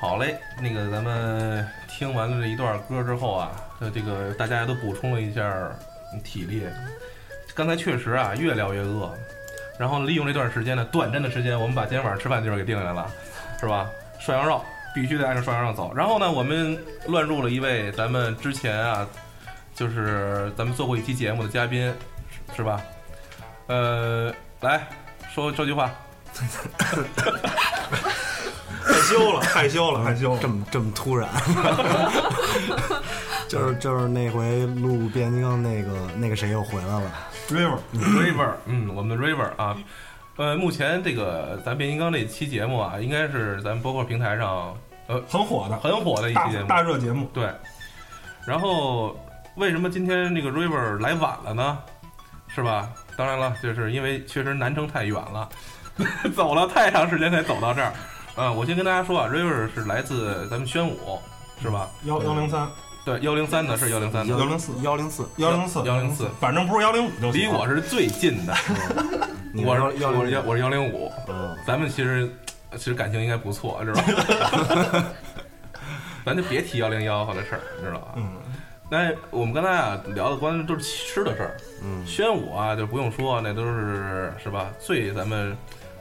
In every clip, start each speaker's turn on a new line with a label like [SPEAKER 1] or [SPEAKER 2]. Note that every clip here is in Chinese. [SPEAKER 1] 好嘞，那个咱们听完了这一段歌之后啊，呃，这个大家都补充了一下体力。刚才确实啊，越聊越饿，然后利用这段时间呢，短暂的时间，我们把今天晚上吃饭地方给定下来了，是吧？涮羊肉必须得按照涮羊肉走。然后呢，我们乱入了一位咱们之前啊，就是咱们做过一期节目的嘉宾，是吧？呃，来说说句话。
[SPEAKER 2] 害羞了，害羞了，害羞了。
[SPEAKER 3] 这么这么突然， 就是就是那回录变形金刚那个那个谁又回来了，
[SPEAKER 2] River，
[SPEAKER 1] River，嗯，我们的 River 啊，呃，目前这个咱变形金刚这期节目啊，应该是咱们播客平台上
[SPEAKER 2] 很火的，
[SPEAKER 1] 很火的一期节
[SPEAKER 2] 大
[SPEAKER 1] 目，
[SPEAKER 2] 大热节目。
[SPEAKER 1] 对。然后为什么今天这个 River 来晚了呢？是吧？当然了，就是因为确实南城太远了， 走了太长时间才走到这儿。啊，我先跟大家说啊，River 是来自咱们宣武，是吧？
[SPEAKER 2] 幺幺零三、
[SPEAKER 1] 对，幺零三的是幺零三的，
[SPEAKER 2] 幺零四、
[SPEAKER 3] 幺零四，
[SPEAKER 2] 幺零四、
[SPEAKER 1] 104，
[SPEAKER 2] 反正不是幺零五就行。
[SPEAKER 1] 离我是最近的。
[SPEAKER 3] 你
[SPEAKER 1] 我
[SPEAKER 3] 说
[SPEAKER 1] 是
[SPEAKER 3] 幺
[SPEAKER 1] 我
[SPEAKER 3] 零
[SPEAKER 1] 是
[SPEAKER 3] 四
[SPEAKER 1] 幺，我是幺零五，
[SPEAKER 3] 嗯
[SPEAKER 1] 咱们其实其实感情应该不错，知道吧？ 咱就别提幺零幺后的事儿，你知道吧？
[SPEAKER 2] 嗯，
[SPEAKER 1] 那我们刚才啊聊的关于都是吃的事儿，嗯，宣武啊就不用说，那都是是吧？最咱们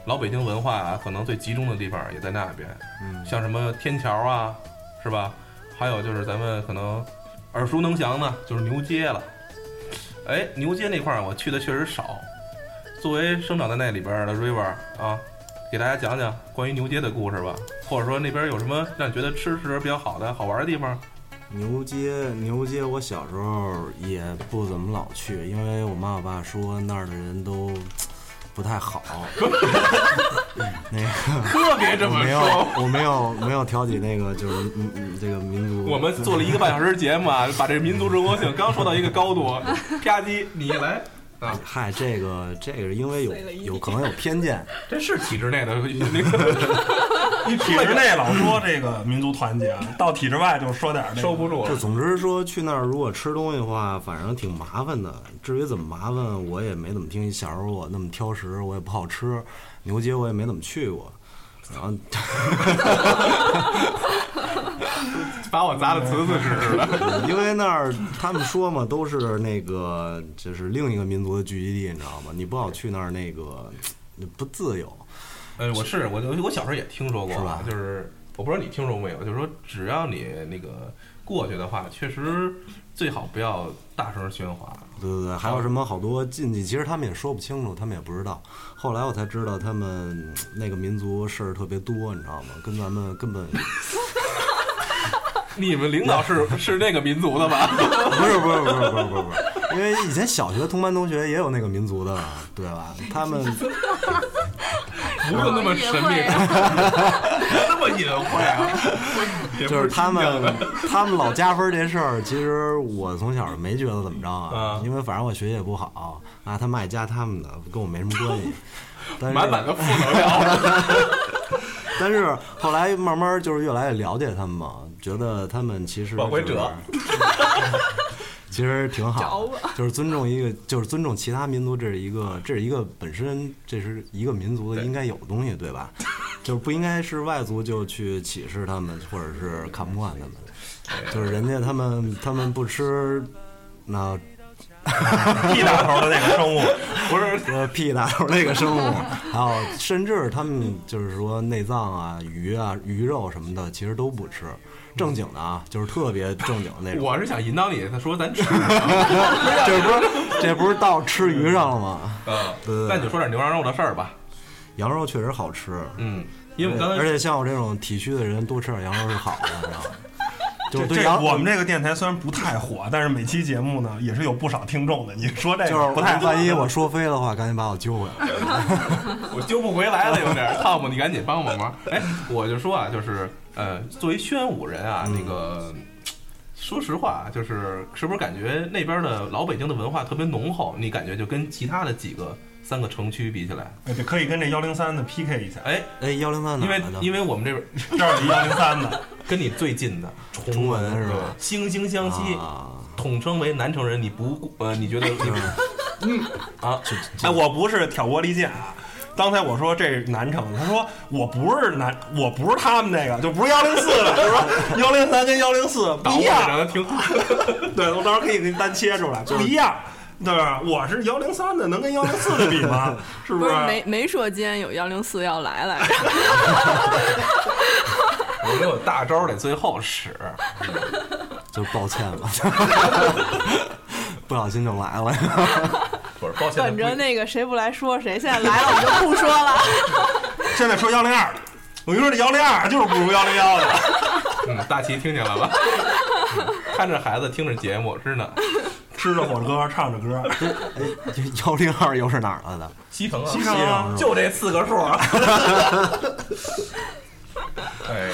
[SPEAKER 1] 老北京文化啊，可能最集中的地方也在那边，
[SPEAKER 3] 嗯
[SPEAKER 1] 像什么天桥啊，是吧？还有就是咱们可能耳熟能详的，就是牛街了。哎，牛街那块儿我去的确实少。作为生长在那里边儿的 River 啊，给大家讲讲关于牛街的故事吧，或者说那边有什么让你觉得吃食比较好的、好玩的地方？
[SPEAKER 3] 牛街牛街，我小时候也不怎么老去，因为我妈我爸说那儿的人都不 太好。那个
[SPEAKER 1] 特别这
[SPEAKER 3] 我没有，我没有没有挑起那个就是嗯嗯这个民族，
[SPEAKER 1] 我们做了一个半小时节目啊， 把这民族中国性刚说到一个 高度，啪叽，你来啊，
[SPEAKER 3] 嗨，这个这个是因为有
[SPEAKER 4] 碎了一地
[SPEAKER 3] 有可能有偏见，
[SPEAKER 1] 这是体制内的那 个
[SPEAKER 2] 你体制内老说这个民族团结，到体制外就说点儿这个
[SPEAKER 1] 收不住
[SPEAKER 3] 就
[SPEAKER 1] 了。
[SPEAKER 3] 总之说去那儿如果吃东西的话，反正挺麻烦的。至于怎么麻烦，我也没怎么听。小时候我那么挑食，我也不好吃，牛街我也没怎么去过。然后
[SPEAKER 1] 把我砸的瓷瓷实实 的。
[SPEAKER 3] 因为那儿他们说嘛，都是那个就是另一个民族的聚集地，你知道吗？你不好去那儿那个不自由。
[SPEAKER 1] 呃，我是我我小时候也听说过，啊
[SPEAKER 3] 是吧
[SPEAKER 1] 就是我不知道你听说过没有，就是说只要你那个过去的话，确实最好不要大声喧哗。
[SPEAKER 3] 对对对，还有什么好多禁忌，其实他们也说不清楚，他们也不知道。后来我才知道，他们嗯那个民族事儿特别多，你知道吗？跟咱们根本
[SPEAKER 1] 你们领导是是那个民族的吧？
[SPEAKER 3] 不是不是不是不是不是不是，因为以前小学同班同学也有那个民族的，对 吧？他们
[SPEAKER 1] 不用那么神 秘， 那么隐晦啊！ 也不
[SPEAKER 3] 就是他
[SPEAKER 1] 新疆
[SPEAKER 3] 们
[SPEAKER 1] 的
[SPEAKER 3] 他们老加分这事儿，其实我从小没觉得怎么着啊
[SPEAKER 1] 啊，
[SPEAKER 3] 因为反正我学习也不好啊，他们爱加他们的，跟我没什么关系。但是
[SPEAKER 1] 满满的负能量。
[SPEAKER 3] 但是后来慢慢就是越来越了解他们嘛，觉得他们其实
[SPEAKER 1] 往回折
[SPEAKER 3] 就是， 其实挺好的， 就是尊重一个，就是尊重其他民族，这是一个，这是一个本身这是一个民族的
[SPEAKER 1] 对
[SPEAKER 3] 应该有的东西，对吧？就是不应该是外族就去歧视他们，或者是看不惯他们，就是人家他们他们不吃那
[SPEAKER 2] P 打头的那个生物，
[SPEAKER 1] 不是
[SPEAKER 3] 呃屁大头那个生物，还有甚至他们就是说内脏啊、鱼啊、鱼肉什么的，其实都不吃。正经的啊，就是特别正经的那种。
[SPEAKER 1] 我是想引导你，他说咱吃，
[SPEAKER 3] 这不是这不是到吃鱼上了吗？
[SPEAKER 1] 嗯
[SPEAKER 3] 对，
[SPEAKER 1] 那你就说点牛羊肉的事儿吧。
[SPEAKER 3] 羊肉确实好吃，
[SPEAKER 1] 嗯，因为我刚
[SPEAKER 3] 而
[SPEAKER 1] 才
[SPEAKER 3] 且像我这种体虚的人，多吃点羊肉是好的，你知道吗？就
[SPEAKER 2] 这
[SPEAKER 3] 对
[SPEAKER 2] 这
[SPEAKER 3] 羊，
[SPEAKER 2] 我们这个电台虽然不太火，但是每期节目呢也是有不少听众的。你说这个
[SPEAKER 3] 就是
[SPEAKER 2] 不太
[SPEAKER 3] 万一我说飞的话，赶紧把我揪回来。
[SPEAKER 1] 我揪不回来了，有点儿。汤姆，你赶紧帮帮忙。哎，我就说啊，就是呃，作为宣武人
[SPEAKER 3] 嗯
[SPEAKER 1] 啊，那个。说实话，就是是不是感觉那边的老北京的文化特别浓厚？你感觉就跟其他的几个三个城区比起来，
[SPEAKER 2] 哎对可以跟这幺零三的 PK 一下，
[SPEAKER 1] 哎，
[SPEAKER 3] 哎，幺零三哪
[SPEAKER 1] 因为
[SPEAKER 3] 来的？
[SPEAKER 1] 因为我们这边
[SPEAKER 2] 这儿有幺零三的，
[SPEAKER 1] 跟你最近的
[SPEAKER 3] 崇文是吧
[SPEAKER 1] 吧？惺惺相惜，
[SPEAKER 3] 啊，
[SPEAKER 1] 统称为南城人。 你不呃，你觉得你
[SPEAKER 3] 嗯
[SPEAKER 1] 啊？
[SPEAKER 2] 哎，我不是挑拨离间啊，刚才我说这是南城的，他说我不是南，我不是他们那个，就不是幺零四的，就 说幺零三跟幺零四不
[SPEAKER 1] 倒
[SPEAKER 2] 一
[SPEAKER 1] 过去
[SPEAKER 2] 样
[SPEAKER 1] 让。他听。
[SPEAKER 2] 对，我到时候可以给你单切出来，不一样。对吧？我是幺零三的，能跟幺零四的比吗？是
[SPEAKER 4] 不
[SPEAKER 2] 是？
[SPEAKER 4] 没没说今天有幺零四要来来着，
[SPEAKER 1] 我没有大招得最后使，
[SPEAKER 3] 就是抱歉了， 不小心就来了。
[SPEAKER 1] 不是抱歉。
[SPEAKER 4] 等着那个谁不来说谁，现在来了我们就不说了。
[SPEAKER 2] 现在说幺零二，我跟你说这幺零二就是不如幺零幺的。
[SPEAKER 1] 嗯，大齐听见了吧？ 看着孩子听着节目，真的
[SPEAKER 2] 吃着火锅，唱着歌，
[SPEAKER 3] 哎幺零二又是哪儿来的？
[SPEAKER 1] 西城啊，
[SPEAKER 2] 西城啊
[SPEAKER 1] 就这四个数啊。 哎，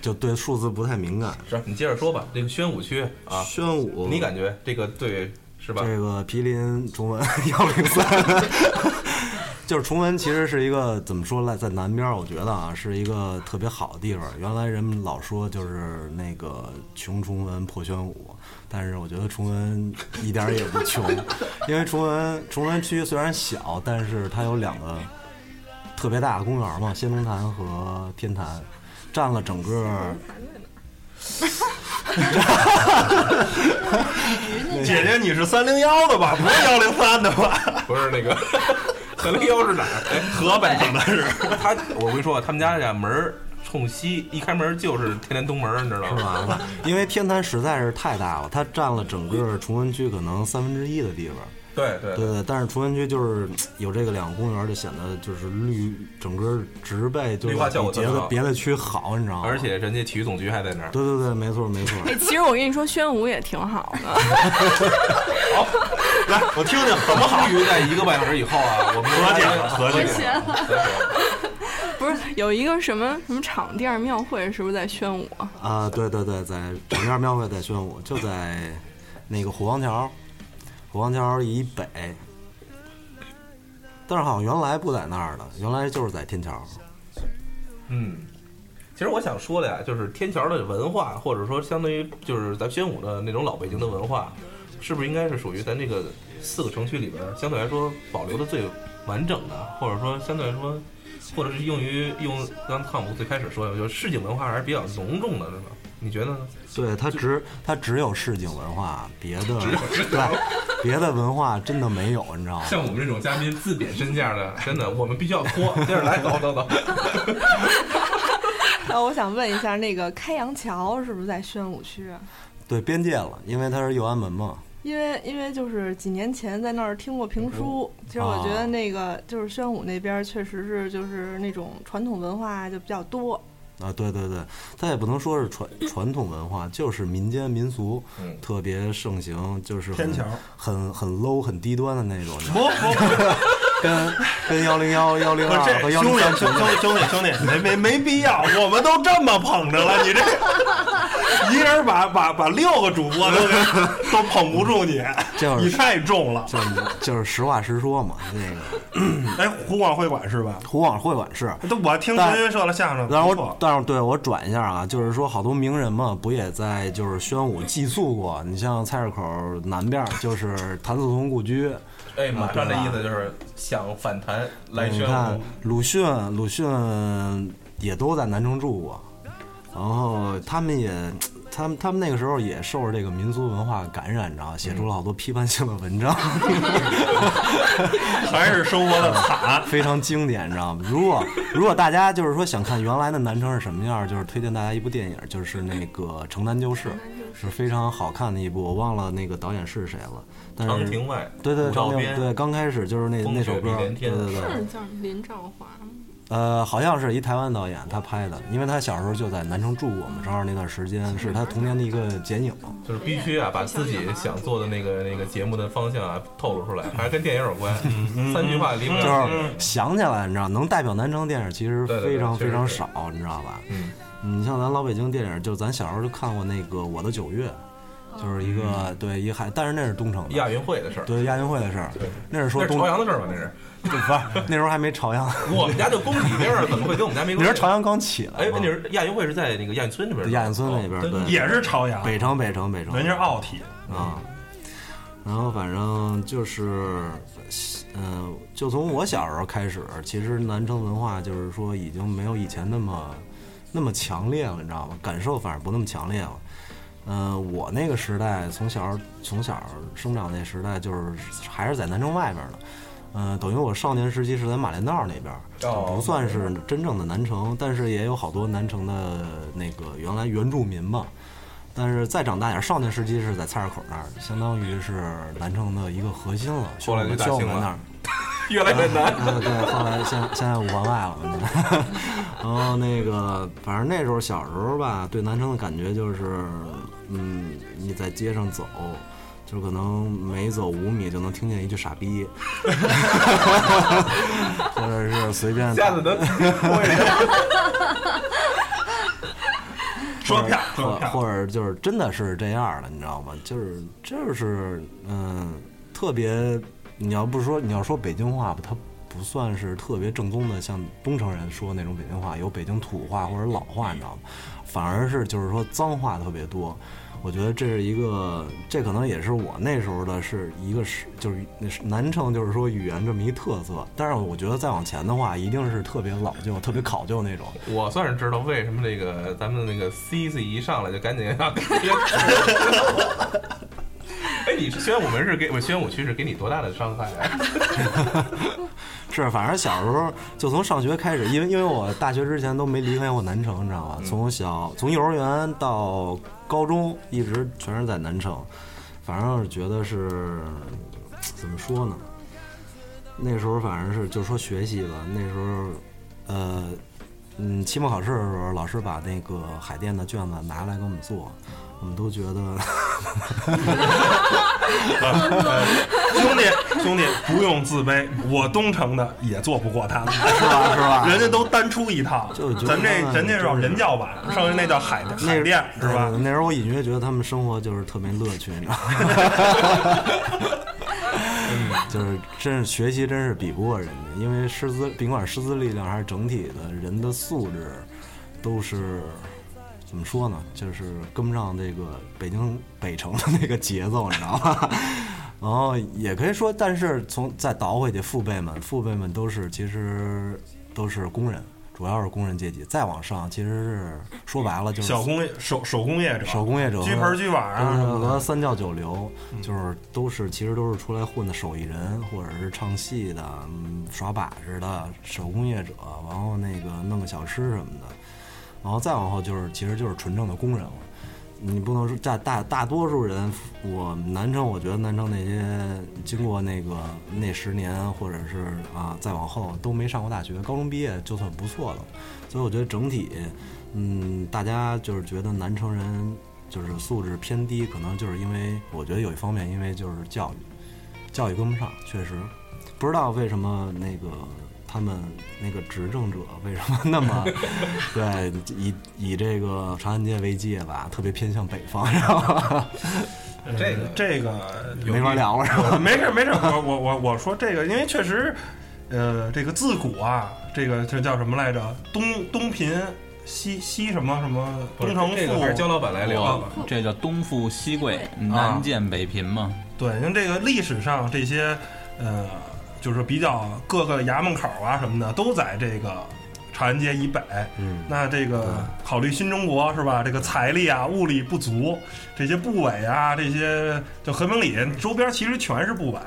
[SPEAKER 3] 就对数字不太敏感。
[SPEAKER 1] 是你接着说吧，这个宣武区啊，
[SPEAKER 3] 宣武，
[SPEAKER 1] 你感觉这个对是吧？
[SPEAKER 3] 这个毗邻崇文 幺零三， 就是崇文其实是一个怎么说呢，在南边儿，我觉得啊是一个特别好的地方。原来人们老说就是那个穷崇文破宣武，但是我觉得崇文一点儿也不穷，因为崇文崇文区虽然小，但是它有两个特别大的公园嘛，仙踪潭和天坛，占了整个
[SPEAKER 2] 姐姐你是三零幺的吧？不是幺零三的吧？
[SPEAKER 1] 不是那个三零幺是哪儿？哎，
[SPEAKER 2] 河北的 是，
[SPEAKER 1] 他我跟你说，他们家俩门儿冲西，一开门就是天坛东门儿，你知道
[SPEAKER 3] 是
[SPEAKER 1] 吗？
[SPEAKER 3] 吧？因为天坛实在是太大了，它占了整个崇文区可能三分之一的地方。
[SPEAKER 1] 对对
[SPEAKER 3] 对对，但是崇文区就是嘖有这个两个公园，就显得就是绿，整个植被就是
[SPEAKER 1] 绿化效果
[SPEAKER 3] 比别
[SPEAKER 1] 特别
[SPEAKER 3] 的
[SPEAKER 1] 好
[SPEAKER 3] 别的区好，你知道吗？
[SPEAKER 1] 而且人家体育总局还在那儿。
[SPEAKER 3] 对对对，没错没错。
[SPEAKER 4] 哎，其实我跟你说，宣武也挺好的，
[SPEAKER 2] 来我听听怎么好。
[SPEAKER 1] 终于在一个半小时以后啊，我们
[SPEAKER 2] 和解了，和解
[SPEAKER 1] 解
[SPEAKER 2] 了。
[SPEAKER 4] 不是有一个什么什么场地儿庙会，是不是在宣武？
[SPEAKER 3] 啊，对对对，在整面庙会在宣武，就在那个虎王桥，虎王桥以北。但是好像原来不在那儿的，原来就是在天桥。
[SPEAKER 1] 嗯，其实我想说的呀，就是天桥的文化，或者说相当于就是咱宣武的那种老北京的文化，是不是应该是属于咱这个四个城区里边儿相对来说保留的最完整的，或者说相对来说，或者是用于用刚汤姆最开始说的，就是市井文化还是比较浓重的，是吧？你觉得 呢？
[SPEAKER 3] 对，它只它只有市井文化，别的对别的文化真的没有，你知道吗？
[SPEAKER 1] 像我们这种嘉宾自贬身价的，真的，我们 必须要拖。接着来，走走走。
[SPEAKER 4] 那我想问一下，那个开阳桥是不是在宣武区啊？
[SPEAKER 3] 对边界了，因为它是右安门嘛。
[SPEAKER 4] 因为因为就是几年前在那儿听过评书，其实我觉
[SPEAKER 1] 啊
[SPEAKER 4] 得那个就是宣武那边儿确实是就是那种传统文化就比较多，
[SPEAKER 3] 啊，对对对，它也不能说是传传统文化，就是民间民俗
[SPEAKER 1] 嗯
[SPEAKER 3] 特别盛行，就是很
[SPEAKER 2] 天桥
[SPEAKER 3] 很很 low 很低端的那种，你知道吗
[SPEAKER 2] 不不不，
[SPEAKER 3] 跟跟幺零幺幺零
[SPEAKER 2] 不是
[SPEAKER 3] 二
[SPEAKER 2] 这
[SPEAKER 3] 和幺
[SPEAKER 2] 兄
[SPEAKER 3] 零
[SPEAKER 2] 弟
[SPEAKER 3] 三
[SPEAKER 2] 兄弟兄弟兄弟，没没没必要，我们都这么捧着了，你这一人把把把六个主播都给都捧不住 你，
[SPEAKER 3] 就是
[SPEAKER 2] 你太重了。
[SPEAKER 3] 就是就是实话实说嘛，那个
[SPEAKER 2] 哎，湖广会馆是吧？
[SPEAKER 3] 湖广会馆是。
[SPEAKER 2] 都我听
[SPEAKER 3] 嗯但
[SPEAKER 2] 纯音社的相声，
[SPEAKER 3] 但是
[SPEAKER 2] 不
[SPEAKER 3] 我
[SPEAKER 2] 错，
[SPEAKER 3] 但是对我转一下啊，就是说好多名人嘛，不也在就是宣武寄宿过？你像菜市口南边儿就是谭嗣同故居，
[SPEAKER 1] 哎，马上这意思就是想反弹来
[SPEAKER 3] 嗯你
[SPEAKER 1] 宣
[SPEAKER 3] 看
[SPEAKER 1] 武。
[SPEAKER 3] 鲁迅，鲁迅也都在南城住过，然后他们也，他们他们那个时候也受着这个民俗文化感染，你知道吗，写出了好多批判性的文章，
[SPEAKER 2] 还是生活的
[SPEAKER 1] 嗯
[SPEAKER 2] 惨。
[SPEAKER 3] 非常经典，你知道吗？如果如果大家就是说想看原来的南城是什么样，就是推荐大家一部电影，就是那个《城南旧事》，是非常好看的一部，我忘了那个导演是谁了，但
[SPEAKER 1] 长
[SPEAKER 3] 是
[SPEAKER 1] 亭。外，
[SPEAKER 3] 哎对对，
[SPEAKER 1] 古
[SPEAKER 3] 张
[SPEAKER 1] 道
[SPEAKER 3] 明
[SPEAKER 1] 边，
[SPEAKER 3] 对，刚开始就是那
[SPEAKER 1] 风雪
[SPEAKER 3] 那首歌
[SPEAKER 1] 碧连，
[SPEAKER 3] 对
[SPEAKER 1] 天
[SPEAKER 3] 对对，
[SPEAKER 4] 叫林兆华
[SPEAKER 3] 呃，好像是一台湾导演他拍的，因为他小时候就在南城住过嘛，正好那段时间是他
[SPEAKER 1] 嗯
[SPEAKER 3] 童年的一个剪影。
[SPEAKER 1] 就是必须啊，把自己想做的那个那个节目的方向啊透露出来，还是跟电影有关。三句话离不
[SPEAKER 3] 就
[SPEAKER 1] 了。
[SPEAKER 3] 是想起来，你知道，能代表南城电影其实
[SPEAKER 1] 对对对
[SPEAKER 3] 非常
[SPEAKER 1] 确
[SPEAKER 3] 非
[SPEAKER 1] 实
[SPEAKER 3] 常
[SPEAKER 1] 是
[SPEAKER 3] 少，你知道吧？
[SPEAKER 1] 嗯，
[SPEAKER 3] 你像咱老北京电影，就咱小时候就看过那个《我的九月》，就是一个对一还，但是那是东城的，
[SPEAKER 1] 哦亚运会的事儿，
[SPEAKER 3] 嗯对亚运会的事儿，那是
[SPEAKER 1] 那
[SPEAKER 3] 说
[SPEAKER 1] 是
[SPEAKER 3] 东
[SPEAKER 1] 朝阳的事儿吧？那是
[SPEAKER 3] 不是 那时候还没朝阳，
[SPEAKER 1] 我们家就工体那儿，怎么会跟我们家没
[SPEAKER 3] 那时候
[SPEAKER 1] 关系
[SPEAKER 3] 朝？阳刚起来
[SPEAKER 1] 哎，
[SPEAKER 3] 嘛
[SPEAKER 1] 那，是亚运会是在那个亚运村那边儿，
[SPEAKER 3] 嗯对亚运村那边儿
[SPEAKER 1] 哦
[SPEAKER 3] 对
[SPEAKER 2] 也是朝阳，
[SPEAKER 3] 北城北城北城，
[SPEAKER 2] 人家是奥体，
[SPEAKER 3] 啊。然后反正就是，呃，就从我小时候开始，其实南城文化就是说已经没有以前那么那么强烈了，你知道吗？感受反而不那么强烈了。呃，我那个时代，从小从小生长那时代，就是还是在南城外面的。呃，等于我少年时期是在马连道那边，
[SPEAKER 2] 哦
[SPEAKER 3] 不算是真正的南城，但是也有好多南城的那个原来原住民嘛。但是再长大点，少年时期是在菜市口那儿，相当于是南城的一个核心了。
[SPEAKER 1] 后来就大
[SPEAKER 3] 像我
[SPEAKER 1] 兴
[SPEAKER 3] 们
[SPEAKER 1] 了哎
[SPEAKER 3] 那儿，
[SPEAKER 1] 越来越 难。
[SPEAKER 3] 呃，对，后来现现在五环外了嘛，然后那个，反正那时候小时候吧，对南城的感觉就是，嗯，你在街上走，就可能每走五米就能听见一句“傻 逼”， 或者是随便
[SPEAKER 1] 下次咱说一下，
[SPEAKER 2] 说票
[SPEAKER 3] 或
[SPEAKER 2] 说票，
[SPEAKER 3] 或者就是真的是这样的，你知道吗？就是就是嗯，特别你要不说你要说北京话吧，它不算是特别正宗的，像东城人说那种北京话，有北京土话或者老话，你知道吗？反而是就是说脏话特别多。我觉得这是一个，这可能也是我那时候的是一个是就是那是南城就是说语言这么一特色。但是我觉得再往前的话，一定是特别老旧、特别考究那种。
[SPEAKER 1] 我算是知道为什么这个咱们那个 C C 一上来就赶紧要 给别人。哎，你是宣武门是给我宣武区是给你多大的伤害啊？
[SPEAKER 3] 是，反正小时候就从上学开始，因为因为我大学之前都没离开过南城，你知道吧？从小从幼儿园到高中，一直全是在南城。反正是觉得是怎么说呢？那时候反正是就说学习吧，那时候，呃，嗯，期末考试的时候，老师把那个海淀的卷子拿来给我们做，我们都觉得嗯
[SPEAKER 2] 兄弟兄弟不用自卑，我东城的也做不过他们，
[SPEAKER 3] 是吧是 吧？
[SPEAKER 2] 人家都单出一套，
[SPEAKER 3] 啊就觉得
[SPEAKER 2] 咱这
[SPEAKER 3] 他
[SPEAKER 2] 人
[SPEAKER 3] 们
[SPEAKER 2] 家
[SPEAKER 3] 就是是呃
[SPEAKER 2] 人教版，剩下那叫海海淀是吧
[SPEAKER 3] 对？那时候我隐约觉得他们生活就是特没乐趣，你知道吗？ 就是真是学习真是比不过人家，因为师资甭管是师资力量还是整体的人的素质，都是怎么说呢？就是跟不上这个北京北城的那个节奏，你知道吗？ 然后也可以说，但是从再倒回去，父辈们，父辈们都是其实都是工人，主要是工人阶级。再往上，其实是说白了就是
[SPEAKER 2] 小工业手手工业者，
[SPEAKER 3] 手工业者
[SPEAKER 2] 锯盆锯碗啊什么
[SPEAKER 3] 和
[SPEAKER 2] 的，嗯
[SPEAKER 3] 三教九流，就是都是其实都是出来混的手艺人，或者是唱戏的、嗯耍把式的手工业者，然后那个弄个小吃什么的，然后再往后就是其实就是纯正的工人了。你不能说大大大多数人，我南城，我觉得南城那些经过那个那十年，或者是啊再往后都没上过大学，高中毕业就算不错了。所以我觉得整体，嗯，大家就是觉得南城人就是素质偏低，可能就是因为我觉得有一方面，因为就是教育，教育跟不上，确实不知道为什么那个他们那个执政者为什么那么对以以这个长安街为界吧，特别偏向北方，然后
[SPEAKER 1] 这个
[SPEAKER 2] 呃这个
[SPEAKER 3] 没法聊了，是 吧？
[SPEAKER 2] 没事没事，我我我我说这个，因为确实，呃，这个自古啊，这个这叫什么来着？东东贫西西什么什么
[SPEAKER 1] 不
[SPEAKER 2] 东
[SPEAKER 1] 是
[SPEAKER 2] 城
[SPEAKER 1] 这个还是焦
[SPEAKER 2] 富。
[SPEAKER 1] 老板来聊吧。
[SPEAKER 5] 这叫东富西贵，
[SPEAKER 1] 啊
[SPEAKER 5] 南贱北贫嘛。
[SPEAKER 2] 对，因为这个历史上这些，呃，就是比较各个衙门口啊什么的，都在这个长安街以北。
[SPEAKER 3] 嗯，
[SPEAKER 2] 那这个考虑新中国是吧？这个财力啊、物力不足，这些部委啊，这些就和平里周边其实全是部委，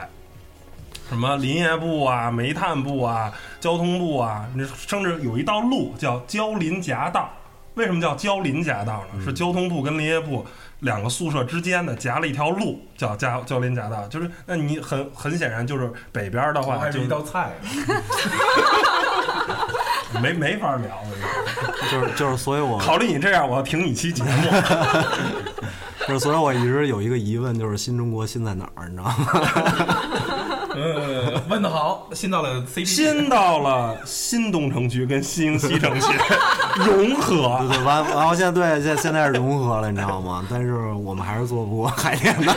[SPEAKER 2] 什么林业部啊、煤炭部啊、交通部啊，你甚至有一道路叫交林夹道。为什么叫交林夹道
[SPEAKER 1] 嗯
[SPEAKER 2] 呢？是交通部跟林业部两个宿舍之间的夹了一条路，叫交交林夹道。就是那你很很显然就是北边的
[SPEAKER 1] 我
[SPEAKER 2] 话
[SPEAKER 1] 还
[SPEAKER 2] 就是
[SPEAKER 1] 一道菜，
[SPEAKER 2] 没没法聊，我觉得。
[SPEAKER 3] 就是就是，所以我
[SPEAKER 2] 考虑你这样，我要停你期节目。
[SPEAKER 3] 就是所以我一直有一个疑问，就是新中国新在哪儿，你知道吗？
[SPEAKER 1] 嗯，问的好，新到了 C P，
[SPEAKER 2] 新到了新东城区跟新西城区 融
[SPEAKER 3] 对
[SPEAKER 2] 合，
[SPEAKER 3] 对，完完后现在对现现在是融合了，你知道吗？但是我们还是做不过海淀的。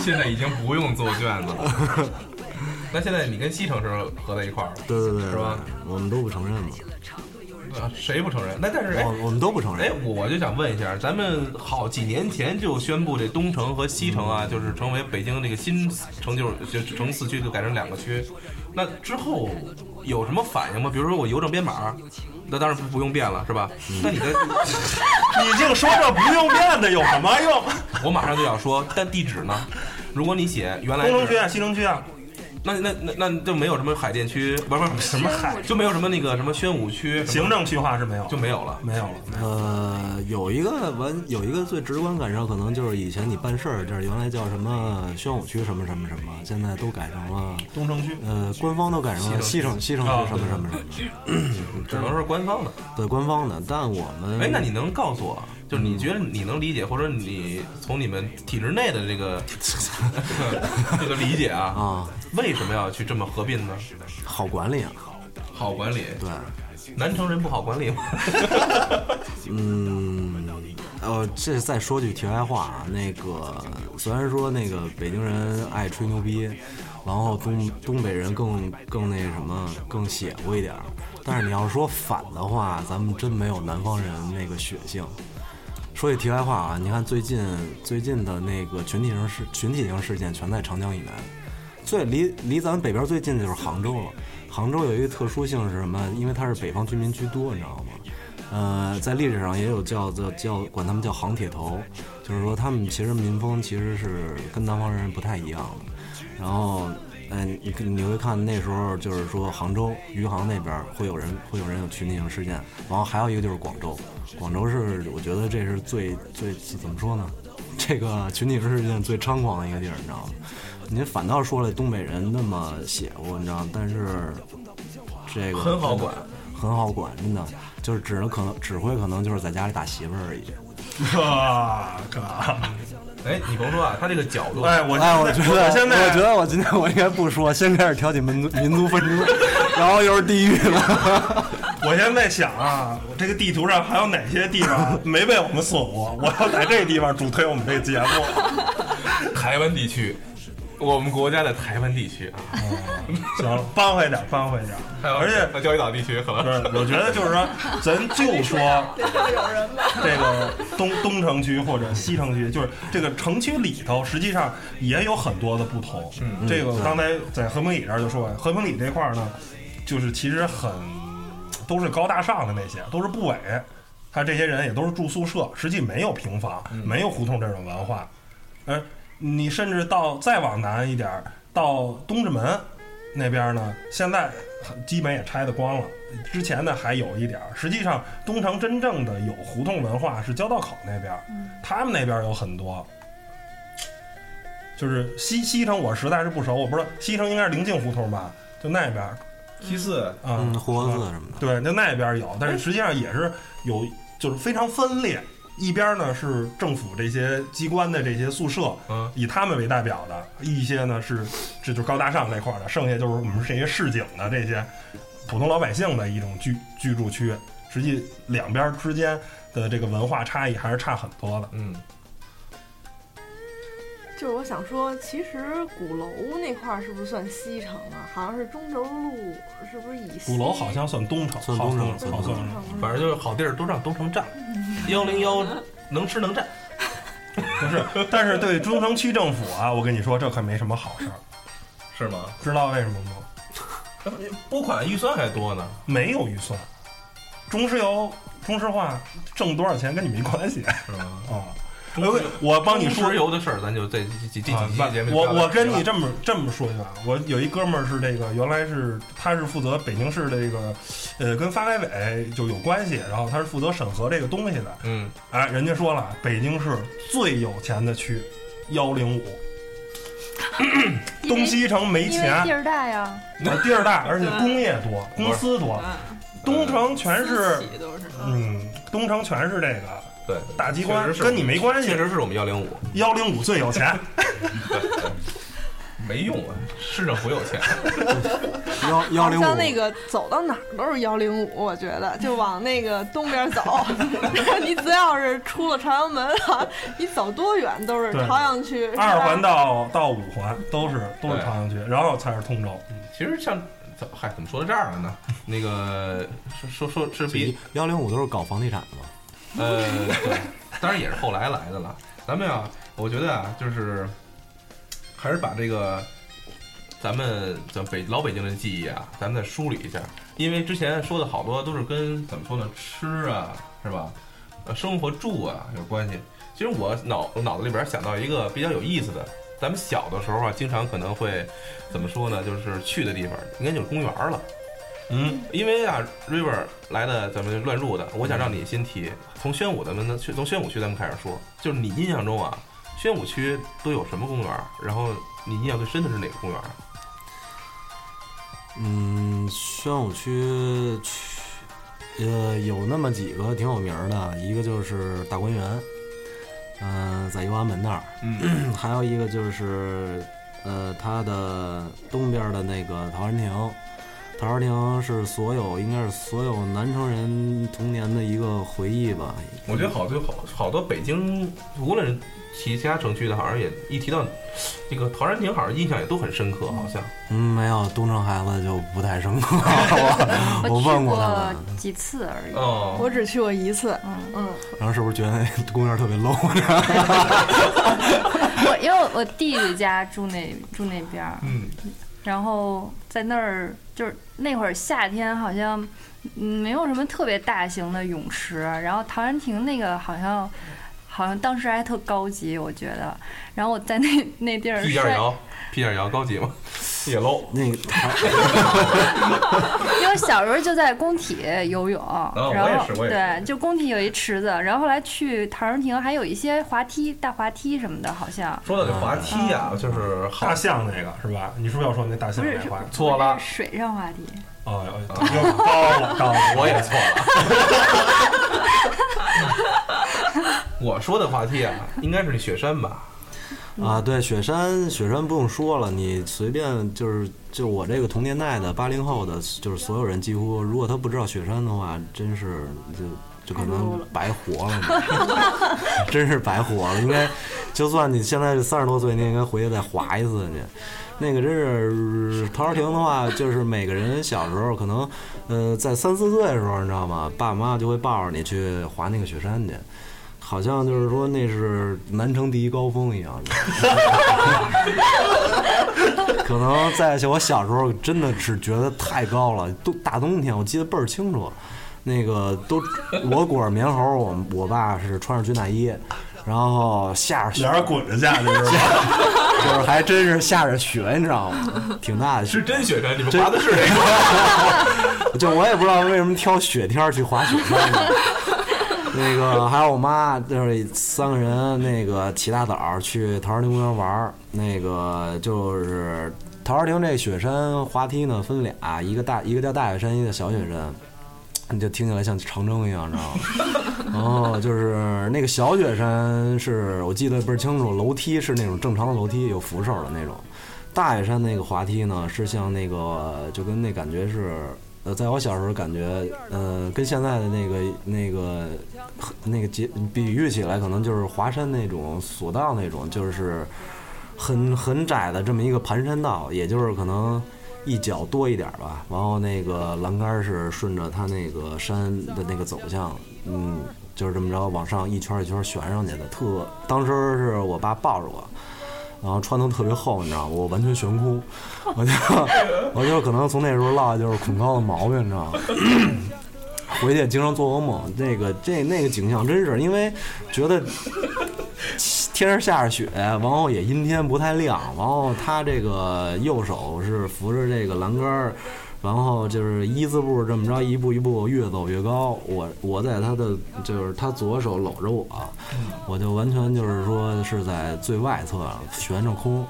[SPEAKER 1] 现在已经不用做卷子了。 那现在你跟西城是合在一块儿了，
[SPEAKER 3] 对对对，
[SPEAKER 1] 是吧？
[SPEAKER 3] 我们都不承认嘛。
[SPEAKER 1] 嗯，啊，谁不承认？那但是哎
[SPEAKER 3] 我我们都不承
[SPEAKER 1] 哎
[SPEAKER 3] 认。，
[SPEAKER 1] 我就想问一下，咱们好几年前就宣布这东城和西城
[SPEAKER 3] 嗯
[SPEAKER 1] 啊，就是成为北京这个新城，就是就城四区就改成两个区。那之后有什么反应吗？比如说我邮政编码，那当然不不用变了，是吧？
[SPEAKER 3] 嗯
[SPEAKER 1] 那你的
[SPEAKER 2] 你净说这不用变的有什么用？
[SPEAKER 1] 我马上就要说，但地址呢？如果你写原来
[SPEAKER 2] 东城区
[SPEAKER 1] 是，
[SPEAKER 2] 啊，西城区啊，
[SPEAKER 1] 那那那那就没有什么海淀区，不是不是
[SPEAKER 2] 什么海
[SPEAKER 1] 就没有什么那个什么宣武区，什么
[SPEAKER 2] 行政区划是没有，
[SPEAKER 1] 就没有了。
[SPEAKER 2] 没有了。没有了
[SPEAKER 3] 呃，有一个完有一个最直观感受，可能就是以前你办事儿的地儿原来叫什么宣武区什么什么什么，现在都改成了
[SPEAKER 2] 东城 区
[SPEAKER 3] 呃官方都改成了西
[SPEAKER 1] 西
[SPEAKER 3] 城西城
[SPEAKER 2] 啊
[SPEAKER 3] 区什么什么什么，
[SPEAKER 1] 只能是官方的。
[SPEAKER 3] 对官方的。但我
[SPEAKER 2] 嗯
[SPEAKER 3] 们
[SPEAKER 1] 哎，那你能告诉我，就是你觉得你能理解，或者你从你们体制内的这 个这个理解啊，
[SPEAKER 3] 啊
[SPEAKER 1] 为什么要去这么合并呢？
[SPEAKER 3] 好管理啊，
[SPEAKER 1] 好管理，
[SPEAKER 3] 对，
[SPEAKER 1] 南城人不好管理吗？
[SPEAKER 3] 嗯，呃，这再说句题外话啊，那个虽然说那个北京人爱吹牛逼，然后东东北人更更那什么更血乎一点儿，但是你要说反的话，咱们真没有南方人那个血性。说句题外话啊，你看最近最近的那个群体性事群体性事件全在长江以南，最离离咱们北边最近的就是杭州了。杭州有一个特殊性是什么？因为它是北方居民居多，你知道吗？呃，在历史上也有叫叫叫管他们叫杭铁头，就是说他们其实民风其实是跟南方人不太一样的。然后，嗯、你你会看那时候就是说杭州余杭那边儿会有人会有人有群体性事件，然后还有一个就是广州，广州是我觉得这是最最怎么说呢？ 这个群体事件最猖狂的一个地儿，你知道吗？您反倒说了东北人那么邪乎，你知道吗，但是这个
[SPEAKER 1] 很好
[SPEAKER 3] 真的
[SPEAKER 1] 管，
[SPEAKER 3] 很好管，真的就是只能可能只会可能就是在家里打媳妇儿而已。
[SPEAKER 2] 哇靠！
[SPEAKER 1] 哎，你甭说啊，他这个角度，
[SPEAKER 2] 哎，我
[SPEAKER 3] 哎，我觉
[SPEAKER 2] 现在我现在
[SPEAKER 3] 得，我觉得我今天我应该不说，先开始挑起民族民族纷争，然后又是地狱了。
[SPEAKER 2] 我现在想啊，我这个地图上还有哪些地方没被我们锁过？我要在这地方主推我们这节目。
[SPEAKER 1] 台湾地区，我们国家的台湾地区啊，
[SPEAKER 2] 行了，扳回点，扳回点。而且
[SPEAKER 1] 且交易岛地区可
[SPEAKER 2] 不
[SPEAKER 1] 能
[SPEAKER 2] 是，我觉得就是说，咱就说这个东东城区或者西城区，就是这个城区里头，实际上也有很多的不同。嗯，这个刚才在和平里这儿就说了，和平里这块儿呢，就是其实很都是高大上的那些，都是部委，他这些人也都是住宿舍，实际没有平房，没有胡同这种文化。呃，你甚至到再往南一点儿，到东直门那边呢，现在基本也拆得光了。之前呢还有一点儿，实际上东城真正的有胡同文化是交道口那边儿，他们那边儿有很多。就是西西城，我实在是不熟，我不知道西城应该是临近胡同吧，就那边儿
[SPEAKER 1] 七四
[SPEAKER 2] 啊，
[SPEAKER 3] 嗯，胡子什么的，
[SPEAKER 2] 对，就那边有，但是实际上也是有，就是非常分裂。一边呢是政府这些机关的这些宿舍，
[SPEAKER 1] 嗯
[SPEAKER 2] 以他们为代表的；一些呢是这就是高大上这块儿的，剩下就是我们这些市井的这些普通老百姓的一种居居住区。实际两边之间的这个文化差异还是差很多的。
[SPEAKER 1] 嗯，
[SPEAKER 4] 就是我想说，其实鼓楼那块儿是不是算西城啊？好像是中轴路，是不是以西
[SPEAKER 2] 鼓楼好像算东城，
[SPEAKER 3] 算
[SPEAKER 2] 好
[SPEAKER 3] 东城
[SPEAKER 4] 是
[SPEAKER 2] 好
[SPEAKER 4] 东
[SPEAKER 2] 算
[SPEAKER 4] 城啊
[SPEAKER 2] 是
[SPEAKER 4] 吗？
[SPEAKER 1] 反正就是好地儿都让东城占，幺零幺能吃能占，
[SPEAKER 2] 不是？但是对东城区政府啊，我跟你说，这可没什么好事儿，
[SPEAKER 1] 是吗？
[SPEAKER 2] 知道为什么吗？
[SPEAKER 1] 拨款预算还多呢，
[SPEAKER 2] 没有预算，中石油、中石化挣多少钱跟你没关系啊、
[SPEAKER 1] 是吗？
[SPEAKER 2] 哎喂我帮你说
[SPEAKER 1] 石油的事儿，咱就这这这几
[SPEAKER 2] 啊
[SPEAKER 1] 期节目就不要
[SPEAKER 2] 我
[SPEAKER 1] 再
[SPEAKER 2] 我跟
[SPEAKER 1] 提了
[SPEAKER 2] 你这么这么说一下，啊我有一哥们儿是这个，原来是他是负责北京市这个，呃，跟发改委就有关系，然后他是负责审核这个东西的。
[SPEAKER 1] 嗯，
[SPEAKER 2] 哎，人家说了，北京市最有钱的区，幺 零五，
[SPEAKER 6] 因为
[SPEAKER 2] 东西城没
[SPEAKER 6] 因
[SPEAKER 2] 钱，
[SPEAKER 6] 为
[SPEAKER 2] 啊
[SPEAKER 6] 地儿大呀，
[SPEAKER 2] 地儿大，而且工业多，公司多，
[SPEAKER 7] 嗯，
[SPEAKER 2] 东城全是
[SPEAKER 7] 私企都是，
[SPEAKER 2] 嗯，东城全是这个
[SPEAKER 1] 对，
[SPEAKER 2] 大机关
[SPEAKER 1] 确实是
[SPEAKER 2] 跟你没关系
[SPEAKER 1] 确实是我们幺 零五，
[SPEAKER 2] 幺零五最有钱，
[SPEAKER 1] 没用啊，市政府有钱，
[SPEAKER 3] 幺幺
[SPEAKER 4] 好
[SPEAKER 3] 零
[SPEAKER 4] 像那
[SPEAKER 3] 五
[SPEAKER 4] 个走到哪儿都是幺零五，我觉得就往那个东边走， 你只要是出了朝阳门啊，你走多远都是
[SPEAKER 2] 对
[SPEAKER 4] 朝阳区。是吧
[SPEAKER 2] 二环到到五环都是都是
[SPEAKER 1] 对
[SPEAKER 2] 朝阳区，然后才是通州。
[SPEAKER 1] 其实像怎嗨，怎么说到这儿了呢？那个说说说是比
[SPEAKER 3] 幺零五都是搞房地产的嘛，
[SPEAKER 1] 呃，对，当然也是后来来的了。咱们呀，我觉得啊，就是还是把这个咱们咱北老北京的记忆啊，咱们再梳理一下，因为之前说的好多都是跟怎么说呢，吃啊，是吧？呃，生活住啊有关系。其实我脑我脑子里边想到一个比较有意思的，咱们小的时候啊，经常可能会怎么说呢？就是去的地方应该就是公园了。
[SPEAKER 2] 嗯，
[SPEAKER 1] 因为啊，River 来的咱们乱入的，我想让你先提，从宣武咱们去从宣武区咱们开始说，就是你印象中啊，宣武区都有什么公园儿？然后你印象最深的是哪个公园儿？
[SPEAKER 3] 嗯，宣武区区，呃，有那么几个挺有名儿的，一个就是大观园，嗯、在右安门那儿，
[SPEAKER 5] 嗯，
[SPEAKER 3] 还有一个就是，呃，它的东边的那个陶然亭，陶然亭是所有应该是所有南城人童年的一个回忆吧。
[SPEAKER 1] 我觉得好多好好多北京，无论其他城区的，好像也一提到这个陶然亭，好像印象也都很深刻，好像。
[SPEAKER 3] 嗯，没有东城孩子就不太深刻， 我我问过他们，
[SPEAKER 6] 去过几次而已。
[SPEAKER 1] 哦，
[SPEAKER 4] 我只去过一次，
[SPEAKER 6] 嗯，
[SPEAKER 4] 嗯，
[SPEAKER 3] 然后是不是觉得那公园特别 low 呢？
[SPEAKER 6] 我因为我弟弟家住那住那边儿，
[SPEAKER 1] 嗯，
[SPEAKER 6] 然后在那儿就是那会儿夏天好像嗯没有什么特别大型的泳池，然后陶然亭那个好像好像当时还特高级，我觉得。然后我在那那地儿
[SPEAKER 1] 屁
[SPEAKER 6] 晒
[SPEAKER 1] 垫摇，屁垫摇高级 吗？也 low。
[SPEAKER 3] 那个陶
[SPEAKER 6] 因为小时候就在工体游泳，
[SPEAKER 1] 哦我
[SPEAKER 6] 然
[SPEAKER 1] 也
[SPEAKER 6] 后
[SPEAKER 1] 是我也
[SPEAKER 6] 对，就工体有一池子，然后后来去陶然亭还有一些滑梯、大滑梯什么的，好像
[SPEAKER 1] 说到这滑梯呀、就是好
[SPEAKER 2] 大象那个是吧？你是不是要说那大象
[SPEAKER 6] 不是
[SPEAKER 2] 那话？
[SPEAKER 1] 错了，
[SPEAKER 6] 水上滑梯。
[SPEAKER 2] 哦，又高了，高了，
[SPEAKER 1] 啊 我也错了。 我说的滑梯啊，应该是雪山吧？
[SPEAKER 3] 啊，对，雪山，雪山不用说了，你随便就是就我这个同年代的八零后的，就是所有人几乎，如果他不知道雪山的话，真是就就可能白活了嘛， 真是白活了。应该，就算你现在三十多岁，你也应该回去再滑一次去。那个真是陶然亭的话，就是每个人小时候可能，呃，在三四岁的时候，你知道吗？爸妈就会抱着你去滑那个雪山去，好像就是说那是南城第一高峰一样。 可能在我小时候真的是觉得太高了，都大冬天，我记得倍儿清楚。那个都，我裹着棉猴，我我爸是穿着军大衣，然后下着雪
[SPEAKER 2] 脸，儿滚 着下去是吧？
[SPEAKER 3] 就是还真是下着雪，你知道吗？挺大的雪
[SPEAKER 1] 是，真雪山，你们滑的是这个？
[SPEAKER 3] 就我也不知道为什么挑雪天儿去滑雪山呢。那个还有我妈，就是三个人，那个起大早去陶然亭公园玩儿。那个就是陶然亭这雪山滑梯呢，分俩，一个大一个叫大雪山，一个叫小雪山。你就听起来像长征一样，知道吗？然后就是那个小雪山是，我记得倍儿清楚，楼梯是那种正常的楼梯，有扶手的那种。大雪山那个滑梯呢，是像那个就跟那感觉是，呃，在我小时候感觉，呃，跟现在的那个那个那个结比喻起来，可能就是华山那种索道那种，就是很很窄的这么一个盘山道，也就是可能一脚多一点儿吧。然后那个栏杆是顺着它那个山的那个走向，嗯，就是这么着往上一圈一圈旋上去的。特当时是我爸抱着我，然后穿的特别厚，你知道吗？我完全悬空，我就我就可能从那时候落下就是恐高的毛病，你知道吗？回去经常做噩梦，那个这那个景象真是，因为觉得天上下着雪，然后也阴天不太亮，然后他这个右手是扶着这个栏杆儿，然后就是一字步这么着一步一步越走越高，我我在他的就是他左手搂着我，我就完全就是说是在最外侧悬着空。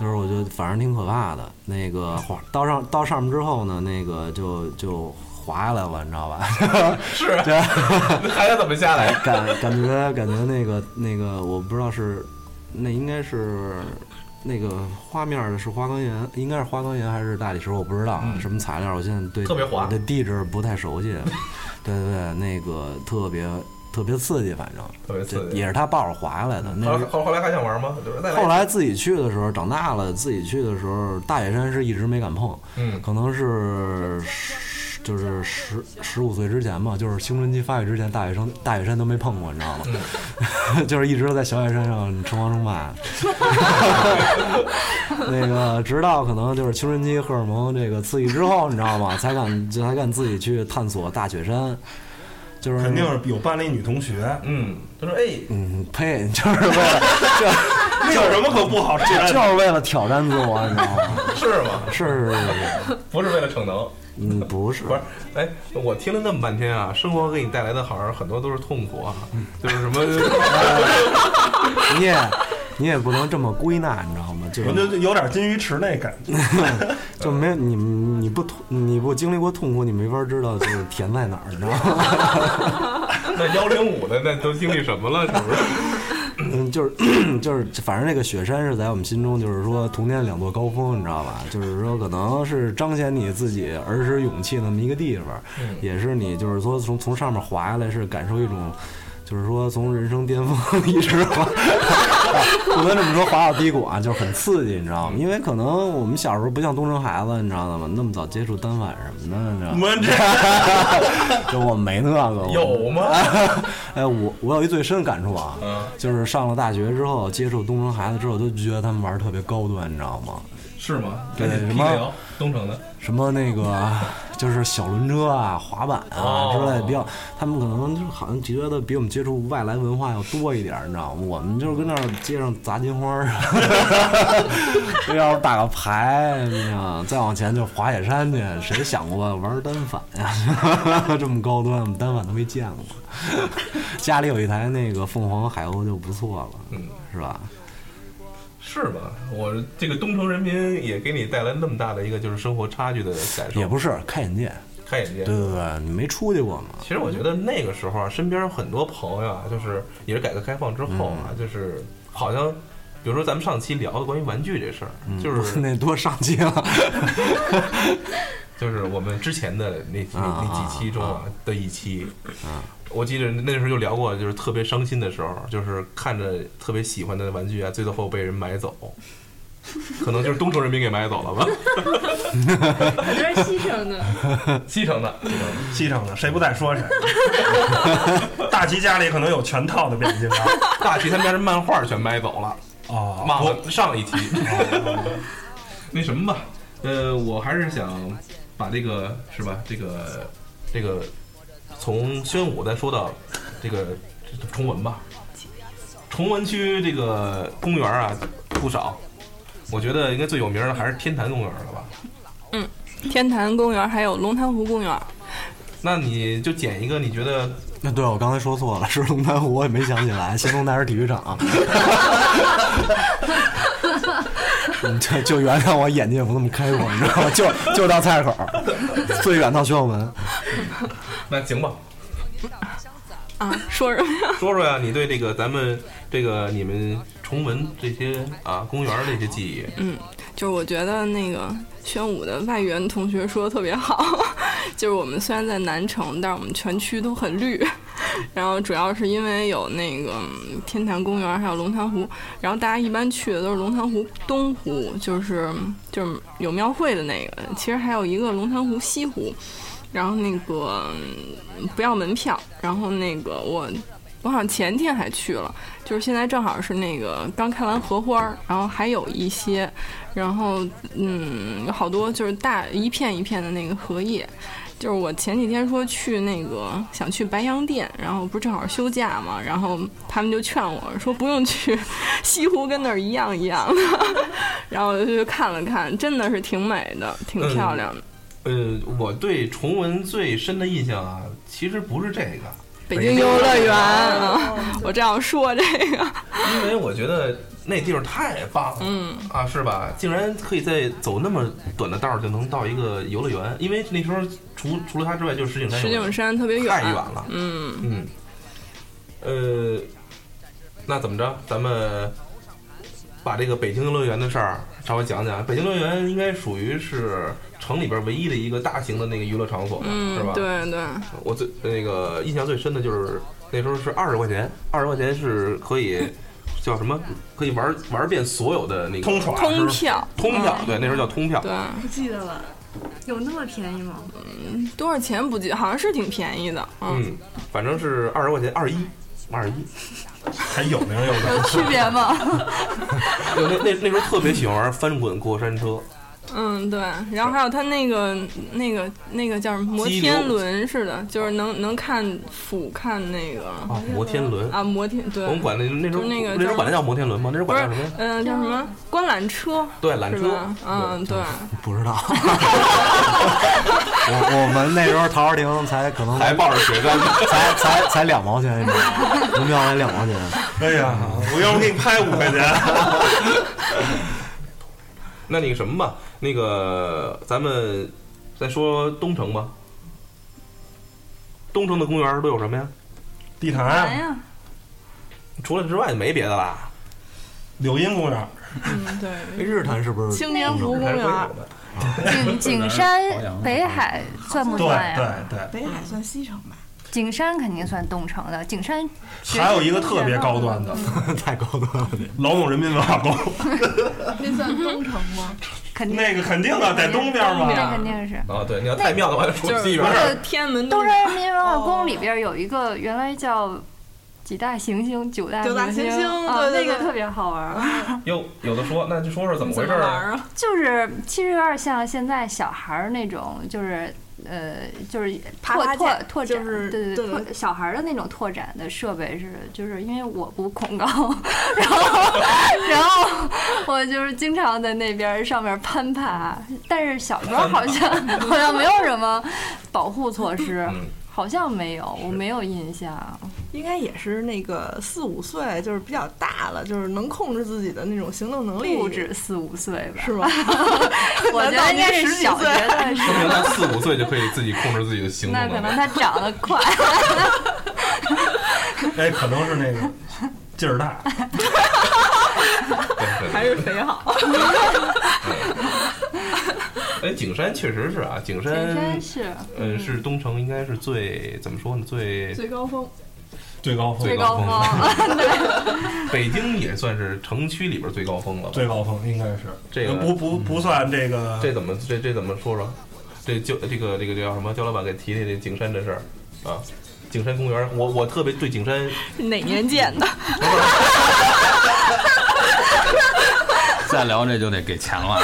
[SPEAKER 3] 就是我觉得反正挺可怕的。那个滑到上到上面之后呢，那个就就滑下来了，你知道吧？
[SPEAKER 1] 是啊， 还能怎么下来？
[SPEAKER 3] 感感觉感觉那个那个，我不知道是那应该是那个画面的是花岗岩，应该是花岗岩还是大理石，我不知道、啊什么材料。我现在对
[SPEAKER 1] 嗯特别滑
[SPEAKER 3] 啊我对地质不太熟悉。对对对，那个特别特别刺激，反正
[SPEAKER 1] 特别
[SPEAKER 3] 这
[SPEAKER 1] 刺激。
[SPEAKER 3] 也是他抱着滑下来的。那
[SPEAKER 1] 后
[SPEAKER 3] 是
[SPEAKER 1] 来后后来还想玩吗？就是再来一
[SPEAKER 3] 后来自己去的时候，长大了自己去的时候，大雪山是一直没敢碰，
[SPEAKER 1] 嗯
[SPEAKER 3] 可能是十就是十十五岁之前吧，就是青春期发育之前，大雪山大雪山都没碰过，你知道吗？ 就是一直在小雪山上称王称霸。那个直到可能就是青春期荷尔蒙这个刺激之后，你知道吗？才敢就才敢自己去探索大雪山，就是
[SPEAKER 2] 肯定是有班里女 同学，
[SPEAKER 1] 嗯，他说哎，
[SPEAKER 3] 嗯呸，就是为了
[SPEAKER 2] 那有什么可不好吃的？
[SPEAKER 3] 就是为了挑战自我，你知道吗？
[SPEAKER 1] 是吗？
[SPEAKER 3] 是是是是，
[SPEAKER 1] 不是为了逞能，
[SPEAKER 3] 嗯，不是，
[SPEAKER 1] 不是。哎，我听了那么半天啊，生活给你带来的好像很多都是痛苦啊，就是什么
[SPEAKER 3] 你也你也不能这么归纳，你知道吗？就
[SPEAKER 2] 我就是有点金鱼池那感觉，
[SPEAKER 3] 就没有你你不痛你不经历过痛苦，你没法知道就是甜在哪儿，你知道吗？
[SPEAKER 1] 那幺零五的那都经历什么了？是不是？
[SPEAKER 3] 嗯，就是就是， 反正那个雪山是在我们心中就是说童年两座高峰，你知道吧？就是说可能是彰显你自己儿时勇气那么一个地方，也是你就是说从从上面滑下来是感受一种。就是说，从人生巅峰 一直滑，不能这么说，滑到低谷啊，就是很刺激，你知道吗？因为可能我们小时候不像东城孩子，你知道吗？那么早接触单反什么的，你知道
[SPEAKER 2] 我
[SPEAKER 3] 吗？
[SPEAKER 2] 们这
[SPEAKER 3] 就我没那个，我
[SPEAKER 1] 有啊吗？
[SPEAKER 3] 哎，我我有一最深感触啊，
[SPEAKER 1] 嗯
[SPEAKER 3] 就是上了大学之后，接触东城孩子之后，都觉得他们玩儿特别高端，你知道吗？
[SPEAKER 1] 是吗？
[SPEAKER 3] 对
[SPEAKER 1] 赶紧
[SPEAKER 3] 什
[SPEAKER 1] 辟
[SPEAKER 3] 么
[SPEAKER 1] 谣，东城的，
[SPEAKER 3] 什么那个就是小轮车啊、滑板啊
[SPEAKER 1] 哦
[SPEAKER 3] 之类的，比较他们可能就是好像觉得比我们接触外来文化要多一点儿，你知道吗？我们就是跟那儿街上砸金花儿， 就要是打个牌，你想再往前就滑雪山去，谁想过玩单反呀、 这么高端，我们单反都没见过。家里有一台那个凤凰海鸥就不错了，
[SPEAKER 1] 嗯
[SPEAKER 3] 是吧？
[SPEAKER 1] 是吧？我这个东城人民也给你带来那么大的一个就是生活差距的感受，
[SPEAKER 3] 也不是开眼界，
[SPEAKER 1] 开眼界
[SPEAKER 3] 对。对对，你没出去过嘛？
[SPEAKER 1] 其实我觉得那个时候啊，身边有很多朋友啊，就是也是改革开放之后
[SPEAKER 3] 嗯
[SPEAKER 1] 啊，就是好像，比如说咱们上期聊的关于玩具这事儿，
[SPEAKER 3] 嗯
[SPEAKER 1] 就是
[SPEAKER 3] 那多上气了，
[SPEAKER 1] 就是我们之前的那那
[SPEAKER 3] 啊嗯
[SPEAKER 1] 那几期中啊的一期，我记得那时候就聊过，就是特别伤心的时候，就是看着特别喜欢的玩具啊，最后被人买走，可能就是东城人民给买走 了吧，
[SPEAKER 4] 我觉得是牺牲的。
[SPEAKER 1] 西城的，西城的
[SPEAKER 2] 西 城的，谁不在说谁？大齐家里可能有全套的变形金刚。
[SPEAKER 1] 大齐他们家的漫画全买走了。
[SPEAKER 2] 哦，
[SPEAKER 1] 忘了上一期。哦那什么吧，呃，我还是想把这个是吧，这个这个从宣武再说到这个这崇文吧。崇文区这个公园啊不少，我觉得应该最有名的还是天坛公园了吧？
[SPEAKER 4] 天坛公园还有龙潭湖公园，
[SPEAKER 1] 那你就捡一个你觉得
[SPEAKER 3] 那对我刚才说错了，是龙潭湖，我也没想起来，新龙潭是体育场。啊你就就原谅我眼睛也不那么开阔，你知道吗？就就到菜市口，最远到宣武门。
[SPEAKER 1] 那行吧，
[SPEAKER 4] 啊，说什么呀？
[SPEAKER 1] 说说呀、你对这个咱们这个你们崇文这些啊公园这些记忆，
[SPEAKER 4] 就是我觉得那个宣武的外援同学说的特别好， 就是我们虽然在南城，但是我们全区都很绿。 然后主要是因为有那个嗯天坛公园，还有龙潭湖，然后大家一般去的都是龙潭湖东湖，就是就是有庙会的那个，其实还有一个龙潭湖西湖，然后那个嗯不要门票，然后那个我我好像前天还去了，就是现在正好是那个刚开完荷花儿，然后还有一些，然后嗯有好多就是大一片一片的那个荷叶。就是我前几天说去那个想去白洋淀，然后不是正好休假嘛，然后他们就劝我说不用去，西湖跟那儿一样一样的，然后我就去看了看，真的是挺美的，挺
[SPEAKER 1] 嗯
[SPEAKER 4] 漂亮的。
[SPEAKER 1] 呃，我对崇文最深的印象啊，其实不是这个，
[SPEAKER 4] 北京游乐园
[SPEAKER 1] 哦
[SPEAKER 4] 啊， 我这样说这个，
[SPEAKER 1] 因为我觉得那地方太棒了，
[SPEAKER 4] 嗯
[SPEAKER 1] 啊，是吧？竟然可以在走那么短的道儿就能到一个游乐园，因为那时候除除了它之外就是石景山，
[SPEAKER 4] 石景山特别远，
[SPEAKER 1] 太远了，
[SPEAKER 4] 嗯，
[SPEAKER 1] 嗯，呃，那怎么着？咱们把这个北京游乐园的事儿稍微讲讲。北京游乐园应该属于是城里边唯一的一个大型的那个娱乐场所，
[SPEAKER 4] 嗯
[SPEAKER 1] 是吧？
[SPEAKER 4] 对对，
[SPEAKER 1] 我最那个印象最深的就是那时候是二十块钱，二十块钱是可以叫什么？可以玩玩遍所有的那个
[SPEAKER 2] 通耍是
[SPEAKER 4] 通
[SPEAKER 2] 吧
[SPEAKER 4] 票，
[SPEAKER 1] 通票，
[SPEAKER 4] 嗯
[SPEAKER 1] 对，那时候叫通票。
[SPEAKER 4] 对，
[SPEAKER 6] 不记得了，有那么便 宜吗？
[SPEAKER 4] 多少钱不记，好像是挺便宜的，嗯，
[SPEAKER 1] 嗯，反正是二十块钱，二一，二一。
[SPEAKER 2] 还有零有
[SPEAKER 6] 有
[SPEAKER 2] 的，
[SPEAKER 6] 区别吗？
[SPEAKER 1] 那那那时候特别喜欢玩翻滚过山车，
[SPEAKER 4] 嗯，对，然后还有它那个那个那个叫什么摩
[SPEAKER 1] 激流
[SPEAKER 4] 天轮似的，就是能能看俯瞰那个
[SPEAKER 1] 啊，摩天轮。
[SPEAKER 4] 啊摩天对
[SPEAKER 1] 我，们管那那时候
[SPEAKER 4] 就那个
[SPEAKER 1] 时候
[SPEAKER 4] 叫
[SPEAKER 1] 管那叫摩天轮吗？那时候
[SPEAKER 4] 不
[SPEAKER 1] 管
[SPEAKER 4] 是
[SPEAKER 1] 叫什么呀？
[SPEAKER 4] 嗯、叫什么观览车
[SPEAKER 1] 对，缆
[SPEAKER 4] 是
[SPEAKER 1] 车
[SPEAKER 4] 吧？。嗯，对，
[SPEAKER 3] 不知道。我我们那时候陶然亭才可能
[SPEAKER 1] 对还抱着雪山，
[SPEAKER 3] 才才才两毛钱一张，门票才两毛钱。
[SPEAKER 2] 哎呀，我要不给你拍五块钱？
[SPEAKER 1] 那那个什么吧，那个咱们再说东城吧。东城的公园都有什么呀？
[SPEAKER 2] 地
[SPEAKER 6] 哎
[SPEAKER 2] 坛、
[SPEAKER 6] 呀，
[SPEAKER 1] 除了之外没别的啦。
[SPEAKER 2] 柳荫公园、
[SPEAKER 4] 嗯对，
[SPEAKER 3] 日坛是不是？
[SPEAKER 4] 青年湖公
[SPEAKER 1] 还是会
[SPEAKER 4] 园
[SPEAKER 1] 有。的。
[SPEAKER 6] 景景山、北海算不
[SPEAKER 2] 对
[SPEAKER 6] 算呀？
[SPEAKER 2] 对对。
[SPEAKER 7] 北海算西城 吧？
[SPEAKER 6] 景山肯定算东城的，景山
[SPEAKER 2] 还有一个特别高端的
[SPEAKER 6] 嗯
[SPEAKER 3] 太高端了，
[SPEAKER 2] 老董人民文化宫，
[SPEAKER 7] 那算东城吗？
[SPEAKER 6] 肯定
[SPEAKER 2] 那个肯定啊，在东边
[SPEAKER 4] 东
[SPEAKER 2] 嘛。
[SPEAKER 4] 边
[SPEAKER 6] 那肯定是。
[SPEAKER 1] 啊，对，你要太妙的话就出
[SPEAKER 4] 就是
[SPEAKER 1] 西边
[SPEAKER 4] 那
[SPEAKER 1] 儿。
[SPEAKER 4] 个天安门
[SPEAKER 6] 东
[SPEAKER 4] 洞
[SPEAKER 6] 山人民文化宫里边有一个原来叫几大行星、九大
[SPEAKER 7] 九大
[SPEAKER 6] 行
[SPEAKER 7] 行星
[SPEAKER 6] 啊，
[SPEAKER 7] 对对
[SPEAKER 6] 那个
[SPEAKER 7] 对
[SPEAKER 6] 特别好玩儿。
[SPEAKER 1] 哟，有的说，那就说说怎么回
[SPEAKER 4] 怎
[SPEAKER 1] 事儿
[SPEAKER 4] 么玩
[SPEAKER 1] 啊？
[SPEAKER 4] 儿啊？
[SPEAKER 6] 就是其实有点像现在小孩儿那种，就是呃，就是
[SPEAKER 7] 爬
[SPEAKER 6] 拓
[SPEAKER 7] 爬
[SPEAKER 6] 拓
[SPEAKER 7] 架
[SPEAKER 6] 拓
[SPEAKER 7] 就
[SPEAKER 6] 展，
[SPEAKER 7] 是
[SPEAKER 6] 对
[SPEAKER 7] 对
[SPEAKER 6] 拓
[SPEAKER 7] 对
[SPEAKER 6] 小孩儿的那种拓展的设备是，就是因为我不恐 高，然后 然后我就是经常在那边儿上面攀爬，但是小时候好像好像没有什么保护措施。
[SPEAKER 1] 嗯
[SPEAKER 6] 好像没有，我没有印象。
[SPEAKER 7] 应该也是那个四五岁，就是比较大了，就是能控制自己的那种行动能力，
[SPEAKER 6] 不止四五岁 吧，
[SPEAKER 7] 是吗？
[SPEAKER 6] 我觉得应该
[SPEAKER 7] 难道您
[SPEAKER 6] 是
[SPEAKER 7] 十几
[SPEAKER 6] 小学
[SPEAKER 7] 岁
[SPEAKER 6] 的时
[SPEAKER 1] 啊说
[SPEAKER 6] 候，
[SPEAKER 1] 明他四五岁就可以自己控制自己的行
[SPEAKER 6] 啊那可
[SPEAKER 1] 动
[SPEAKER 6] 能
[SPEAKER 1] 了。
[SPEAKER 6] 他长得 快。
[SPEAKER 2] 哎，可能是那个劲儿大。
[SPEAKER 1] 对对对
[SPEAKER 7] 还是肥好？
[SPEAKER 1] 哎，景山确实是啊，景
[SPEAKER 6] 景
[SPEAKER 1] 山
[SPEAKER 6] 山是
[SPEAKER 1] 呃是东城应该是最怎么说呢？最
[SPEAKER 7] 最高峰
[SPEAKER 2] 最高峰，
[SPEAKER 1] 最
[SPEAKER 6] 最
[SPEAKER 1] 高
[SPEAKER 6] 高
[SPEAKER 1] 峰
[SPEAKER 6] 峰，
[SPEAKER 1] 北京也算是城区里边最高峰了吧。
[SPEAKER 2] 最高峰应该是
[SPEAKER 1] 这个
[SPEAKER 2] 不不不算这个
[SPEAKER 1] 这怎么这这怎么说说？这就这个这个叫什么？焦老板给提提这景山的事儿啊。景山公园，我我特别对景山，
[SPEAKER 4] 哪年建的？
[SPEAKER 5] 再聊这就得给钱了。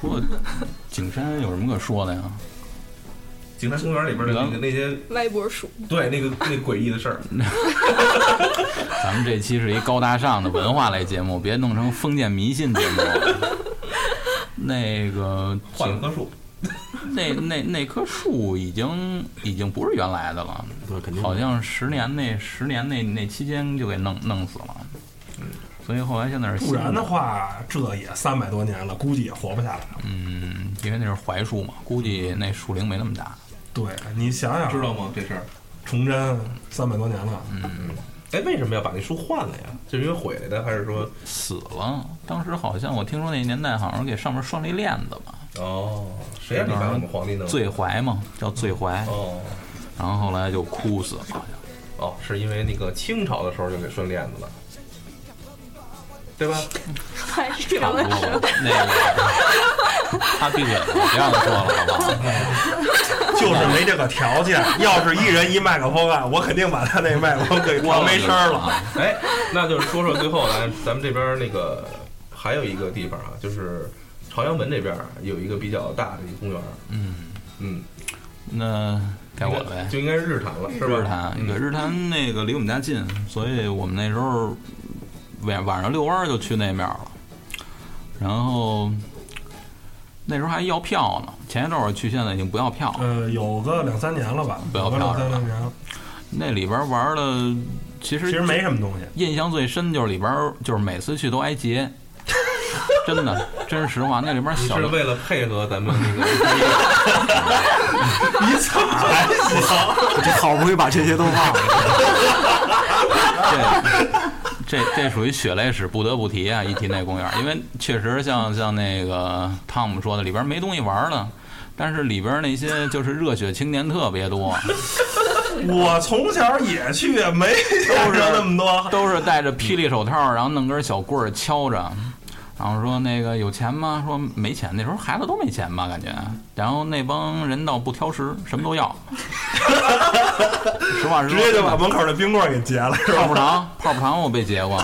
[SPEAKER 5] 我景山有什么可说的呀？
[SPEAKER 1] 景山公园里边的那个那些
[SPEAKER 4] 歪脖鼠，
[SPEAKER 1] 对那个那诡异的事儿，
[SPEAKER 5] 咱们这期是一高大上的文化类节目，别弄成封建迷信节目。那个
[SPEAKER 1] 换了棵树，
[SPEAKER 5] 那那那棵树已经已经不是原来的了，
[SPEAKER 3] 对，肯定
[SPEAKER 5] 好像十年那十年那那期间就给弄弄死了。嗯，所以后来现在是新
[SPEAKER 2] 不然的，话，这也三百多年了，估计也活不下来了。
[SPEAKER 5] 嗯，因为那是槐树嘛，估计那树龄没那么大。
[SPEAKER 2] 对你想想，
[SPEAKER 1] 知道吗？这事儿，
[SPEAKER 2] 崇祯三百多年了，
[SPEAKER 1] 哎，为什么要把那树换了呀？是因为毁了的，还是说
[SPEAKER 5] 死了。当时好像我听说那年代好像给上面拴了一链子吧，
[SPEAKER 1] 哦，谁让你把我们皇帝弄？
[SPEAKER 5] 醉槐嘛，叫醉槐。
[SPEAKER 1] 哦
[SPEAKER 5] 然后后来就枯死了，好像
[SPEAKER 1] 哦，是因为那个清朝的时候就给拴链子了，对吧？
[SPEAKER 5] 差不多吧。那个他闭嘴了，别让他说了，好不好？
[SPEAKER 2] 就是没这个条件。要是一人一麦克风啊，我肯定把他那麦克风给调没声儿了。
[SPEAKER 5] 啊，
[SPEAKER 1] 哎，那就是说说最后来，咱们这边那个还有一个地方啊，就是朝阳门这边有一个比较大的一个公园，
[SPEAKER 5] 嗯，
[SPEAKER 1] 嗯，
[SPEAKER 5] 那该我了呗。
[SPEAKER 1] 就应该是日坛了，是吧？
[SPEAKER 5] 日坛，对
[SPEAKER 1] 嗯
[SPEAKER 5] 日坛那个离我们家近，所以我们那时候晚晚上遛弯儿就去那面了。然后那时候还要票呢，前一段儿我去，现在已经不要票了。
[SPEAKER 2] 呃，有个两三年了吧，
[SPEAKER 5] 不要
[SPEAKER 2] 有个
[SPEAKER 5] 票
[SPEAKER 2] 两
[SPEAKER 5] 了
[SPEAKER 2] 三年了，
[SPEAKER 5] 那里边玩的其实
[SPEAKER 2] 其实没什么东西。
[SPEAKER 5] 印象最深就是里边就是每次去都挨劫，真的，真是实话。那里边
[SPEAKER 1] 你
[SPEAKER 5] 小
[SPEAKER 1] 是
[SPEAKER 5] 的
[SPEAKER 1] 为了配合咱们 那个，
[SPEAKER 2] 你怎么还行？
[SPEAKER 3] 这好不容易把这些都忘了，
[SPEAKER 5] 这这这属于血泪史，不得不提啊！一提那公园，因为确实像像那个汤姆说的，里边没东西玩了。但是里边那些就是热血青年特别多，
[SPEAKER 2] 我从小也去，没
[SPEAKER 5] 都
[SPEAKER 2] 见
[SPEAKER 5] 是
[SPEAKER 2] 着那么多。
[SPEAKER 5] 都是戴着霹雳手套，然后弄根小棍儿敲着，然后说那个有钱吗？说没钱，那时候孩子都没钱吧，感觉。然后那帮人倒不挑食，什么都要。 实话实
[SPEAKER 2] 直
[SPEAKER 5] 说，
[SPEAKER 2] 接就
[SPEAKER 5] 真的
[SPEAKER 2] 把门口的冰棍儿给截 了，是
[SPEAKER 5] 泡
[SPEAKER 2] 吧？
[SPEAKER 5] 泡糖，泡泡糖我被截过，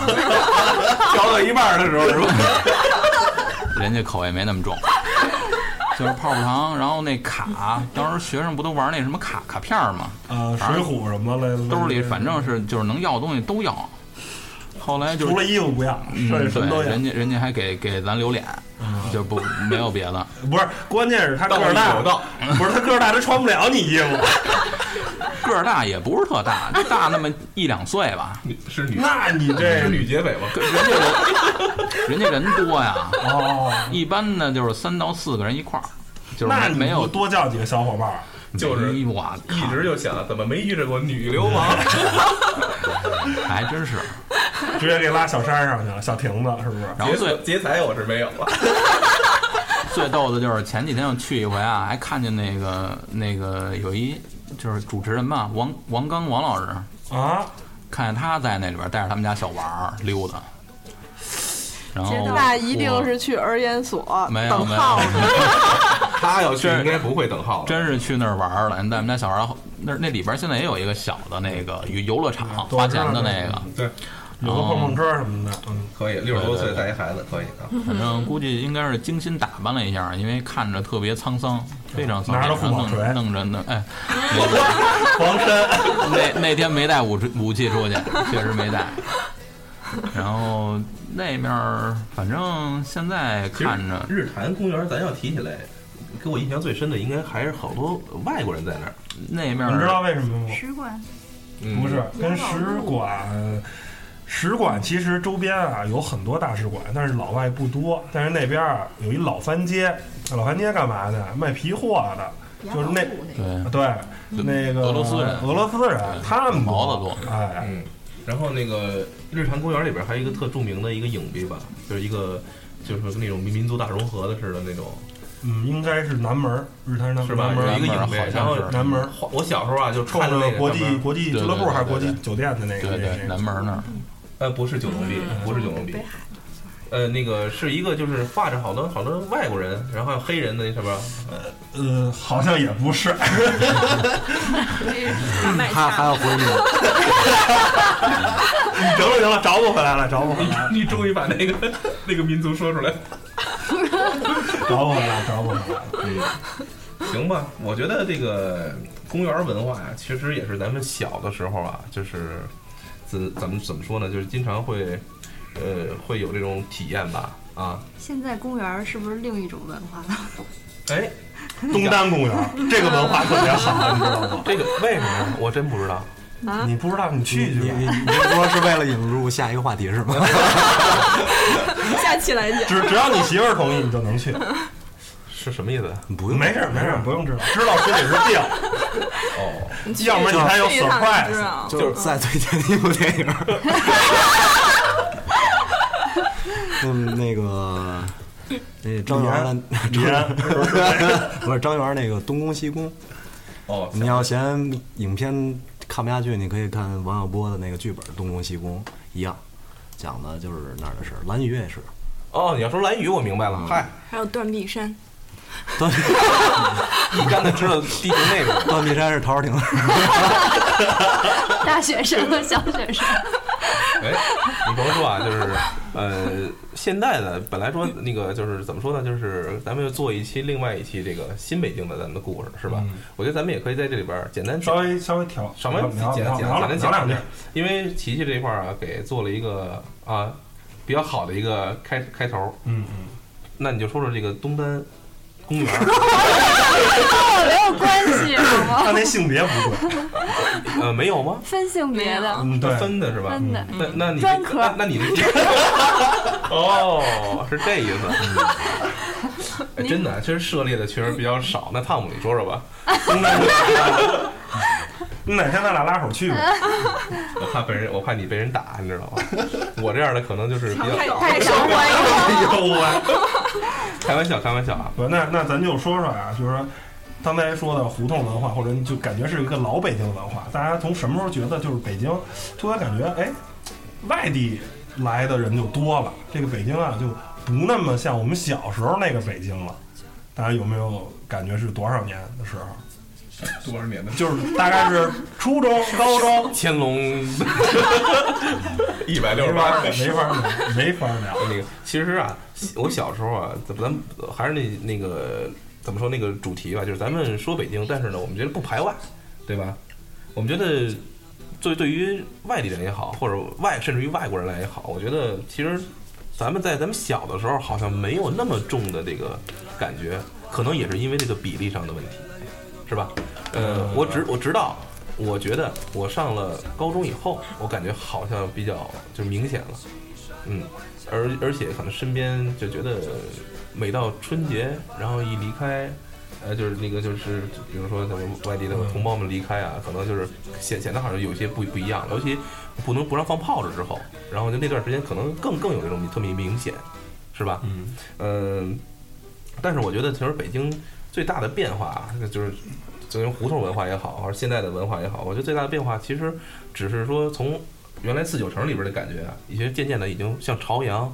[SPEAKER 1] 调到一半的时候是吧？
[SPEAKER 5] 人家口味没那么重，就是泡泡糖。然后那卡，当时学生不都玩那什么卡卡片儿吗？
[SPEAKER 2] 啊，水浒什么的，
[SPEAKER 5] 兜里反正是就是能要的东西都要。后来就是
[SPEAKER 2] 除了衣服不要，
[SPEAKER 5] 嗯，
[SPEAKER 2] 剩下什么都
[SPEAKER 5] 对，
[SPEAKER 2] 要。嗯
[SPEAKER 5] 人家人家还给给咱留脸，就不没有别 的。
[SPEAKER 2] 不是，关键是他个儿
[SPEAKER 5] 道义
[SPEAKER 2] 大
[SPEAKER 5] 有道，
[SPEAKER 2] 不是他个儿大，他穿不了你衣 服，
[SPEAKER 5] 个儿大也不是特大，就大那么一两岁吧。
[SPEAKER 1] 女是女
[SPEAKER 2] 那你这
[SPEAKER 1] 是女劫匪吧？
[SPEAKER 5] 人家人，人家人多呀，
[SPEAKER 2] 哦，
[SPEAKER 5] 一般呢就是三到四个人一块儿，就是
[SPEAKER 2] 那
[SPEAKER 5] 没
[SPEAKER 2] 你
[SPEAKER 5] 没
[SPEAKER 2] 不
[SPEAKER 5] 有
[SPEAKER 2] 多叫几个小伙伴儿，
[SPEAKER 1] 就是
[SPEAKER 5] 没我
[SPEAKER 1] 一
[SPEAKER 5] 靠，
[SPEAKER 1] 直就想怎么没遇着过女流氓？
[SPEAKER 5] 还真是。
[SPEAKER 2] 直接给拉小山上去了，小亭子是不是？
[SPEAKER 5] 然后最
[SPEAKER 1] 劫财我是没有，
[SPEAKER 5] 最逗的就是前几天我去一回啊，还看见那个那个有一就是主持人吧，王王刚王老师，
[SPEAKER 2] 啊，
[SPEAKER 5] 看见他在那里边带着他们家小娃儿溜达，然后
[SPEAKER 7] 那一定
[SPEAKER 5] 我
[SPEAKER 7] 是去儿研所
[SPEAKER 5] 哦没有
[SPEAKER 7] 等
[SPEAKER 5] 没有
[SPEAKER 7] 号子。
[SPEAKER 1] 他要去应该不会等号的。
[SPEAKER 5] 真是去那儿玩儿了。你带我们家小孩儿后那那里边儿现在也有一个小的那个游游乐场，
[SPEAKER 2] 对
[SPEAKER 5] 花钱的那
[SPEAKER 2] 啊
[SPEAKER 5] 个，
[SPEAKER 1] 对，
[SPEAKER 2] 有
[SPEAKER 5] 哦
[SPEAKER 2] 个碰碰车什么的，嗯，
[SPEAKER 1] 可以，六十多岁
[SPEAKER 5] 对对嗯
[SPEAKER 1] 带一孩子可以啊。
[SPEAKER 5] 反正估计应该是精心打扮了一下，因为看着特别沧桑，非常沧桑，
[SPEAKER 2] 拿着护宝
[SPEAKER 5] 弄
[SPEAKER 2] 锤
[SPEAKER 5] 弄着呢，哎，
[SPEAKER 2] 黄山，
[SPEAKER 5] 那那天没带武器武器出去，确实 没带。然后那面儿，反正现在看着
[SPEAKER 1] 日坛公园，咱要提起来，给我印象最深的应该还是好多外国人在那儿。
[SPEAKER 5] 那面
[SPEAKER 2] 你知道
[SPEAKER 5] 儿
[SPEAKER 2] 为什么吗？
[SPEAKER 6] 使馆
[SPEAKER 1] 嗯
[SPEAKER 2] 不是，跟使馆，使馆其实周边啊有很多大使馆，但是老外不多。但是那边儿啊有一老番街，老番街干嘛的？卖皮货的，就是那
[SPEAKER 5] 对
[SPEAKER 2] 对那个
[SPEAKER 5] 嗯俄罗斯人
[SPEAKER 2] 俄罗斯人他们
[SPEAKER 5] 毛
[SPEAKER 2] 多
[SPEAKER 5] 子，
[SPEAKER 2] 哎，
[SPEAKER 1] 嗯，然后那个日坛公园里边还有一个特著名的一个影壁吧，就是一个就是跟那种民族大融合的似的那种，
[SPEAKER 2] 嗯，应该是南门儿，日坛南
[SPEAKER 1] 是吧？
[SPEAKER 2] 南
[SPEAKER 1] 有
[SPEAKER 2] 门
[SPEAKER 1] 一个
[SPEAKER 5] 南门
[SPEAKER 1] 影
[SPEAKER 5] 儿
[SPEAKER 1] 壁，
[SPEAKER 5] 好像
[SPEAKER 1] 然后
[SPEAKER 5] 是
[SPEAKER 2] 南门儿
[SPEAKER 1] 花我小时候啊就
[SPEAKER 2] 冲
[SPEAKER 1] 看着那
[SPEAKER 2] 着
[SPEAKER 1] 个
[SPEAKER 2] 国
[SPEAKER 1] 上
[SPEAKER 2] 际
[SPEAKER 1] 面
[SPEAKER 2] 国际俱乐部还是国际酒店的那个
[SPEAKER 5] 对
[SPEAKER 2] 那
[SPEAKER 5] 对，
[SPEAKER 2] 个
[SPEAKER 5] 南门儿那儿，
[SPEAKER 1] 呃，不是九龙壁，不是九龙壁，呃，那个是一个就是画着好多好多外国人，然后还有黑人的那什么，
[SPEAKER 2] 呃，好像也不是，
[SPEAKER 3] 还还要回你，
[SPEAKER 2] 行了行了，找不回来了，找不回来 了，
[SPEAKER 1] 你终于把那个那个民族说出来。
[SPEAKER 2] 找不回来了，找不回来了。
[SPEAKER 5] 嗯
[SPEAKER 1] 行吧，我觉得这个公园文化呀，其实也是咱们小的时候啊，就是怎怎么怎么说呢，就是经常会，呃，会有这种体验吧，啊，
[SPEAKER 6] 现在公园儿是不是另一种文 化了？
[SPEAKER 1] 哎，
[SPEAKER 2] 东单公园这个文化特别好，你知道吗？
[SPEAKER 1] 哦这个为什么呀？我真不知道。
[SPEAKER 2] 你不知道你去去
[SPEAKER 3] 你
[SPEAKER 2] 吧。
[SPEAKER 3] 你你说是为了引入下一个话题是吗？
[SPEAKER 4] 下期来讲。
[SPEAKER 2] 只只要你媳妇儿同意，你就能去。
[SPEAKER 1] 是什么意思？
[SPEAKER 3] 不用，
[SPEAKER 2] 没事儿没事 儿，不用知道，知道吃也是 病，
[SPEAKER 1] 哦，
[SPEAKER 2] 要不然你还有
[SPEAKER 4] 去一趟就知
[SPEAKER 2] surprise。
[SPEAKER 4] 道
[SPEAKER 3] 就是
[SPEAKER 4] 了。
[SPEAKER 3] 再推荐一部电影。 嗯，那个，那张元的
[SPEAKER 2] 你看，
[SPEAKER 3] 不是张元那个《东宫西宫》，
[SPEAKER 1] 哦，
[SPEAKER 3] 你要嫌影片看不下去，你可以看王小波的那个剧本《东宫西宫》，一样，讲的就是那儿的事儿。蓝雨也是，
[SPEAKER 1] 哦，你要说蓝雨，我明白了。嗨，
[SPEAKER 4] 还有断臂山，
[SPEAKER 3] 断
[SPEAKER 1] 一竿子知道地球内部。
[SPEAKER 3] 断臂山是陶尔廷的事儿。
[SPEAKER 6] 大学生和小学生，
[SPEAKER 1] 哎，你甭说啊，就是呃，现在呢，本来说那个就是怎么说呢，就是咱们就做一期另外一期这个新北京的咱们的故事，是吧？我觉得咱们也可以在这里边儿简单
[SPEAKER 2] 嗯稍 微稍微调，
[SPEAKER 1] 稍微
[SPEAKER 2] 聊
[SPEAKER 1] 简
[SPEAKER 2] 聊
[SPEAKER 1] 单简
[SPEAKER 2] 聊
[SPEAKER 1] 单
[SPEAKER 2] 聊
[SPEAKER 1] 讲
[SPEAKER 2] 两句。
[SPEAKER 1] 因为琪琪这一块儿啊，给做了一个啊比较好的一个开开头，
[SPEAKER 2] 嗯嗯，
[SPEAKER 1] 那你就说说这个东单公园儿，
[SPEAKER 6] 我没有关系好
[SPEAKER 2] 他
[SPEAKER 6] 吗？
[SPEAKER 2] 那性别不 对，
[SPEAKER 1] 呃，没有吗？
[SPEAKER 6] 分性别的，
[SPEAKER 2] 嗯对，
[SPEAKER 1] 分的是吧？
[SPEAKER 6] 分的。嗯
[SPEAKER 1] 那那你
[SPEAKER 6] 专科
[SPEAKER 1] 那那你 这 哦，是这意思。哎真的，其实涉猎的确实比较少。那汤姆，你说说吧，
[SPEAKER 2] 东 单公园。哪天咱俩拉手 去吧？
[SPEAKER 1] 我怕被人，我怕你被人打，你知道吗？我这样的可能就是比较
[SPEAKER 4] 太
[SPEAKER 6] 太受欢迎了。
[SPEAKER 2] 哎呦喂！
[SPEAKER 1] 开玩笑，开玩笑啊。
[SPEAKER 2] 不，那那咱就说说啊，就是说刚才说的胡同文化，或者你就感觉是一个老北京文化。大家从什么时候觉得就是北京突然感觉哎，外地来的人就多了，这个北京啊就不那么像我们小时候那个北京了。大家有没有感觉是多少年的时候？
[SPEAKER 1] 多少年的
[SPEAKER 2] 就是大概是初中、高中，
[SPEAKER 1] 乾隆 一百六
[SPEAKER 2] 没
[SPEAKER 1] 十
[SPEAKER 2] 法
[SPEAKER 1] 八
[SPEAKER 2] 儿没法儿没法儿聊。
[SPEAKER 1] 那个，其实啊，我小时候啊，怎么咱们还是那那个怎么说那个主题吧，就是咱们说北京，但是呢，我们觉得不排外，对吧？我们觉得，作为对于外地人也好，或者外甚至于外国人来也好，我觉得其实咱们在咱们小的时候好像没有那么重的这个感觉，可能也是因为这个比例上的问题，是吧？呃，我直我直到。我觉得我上了高中以后，我感觉好像比较就明显了，嗯，而而且可能身边就觉得，每到春节，然后一离开，呃，就是那个就是，比如说咱们外地的同胞们离开啊，可能就是显显得好像有些不不一样了，尤其不能不让放炮制之后，然后就那段时间可能更更有这种特别明显，是吧？
[SPEAKER 2] 嗯，
[SPEAKER 1] 嗯，但是我觉得其实北京最大的变化啊就是。就是胡同文化也好，或者现在的文化也好，我觉得最大的变化其实只是说从原来四九城里边的感觉啊，已经渐渐的已经像朝阳、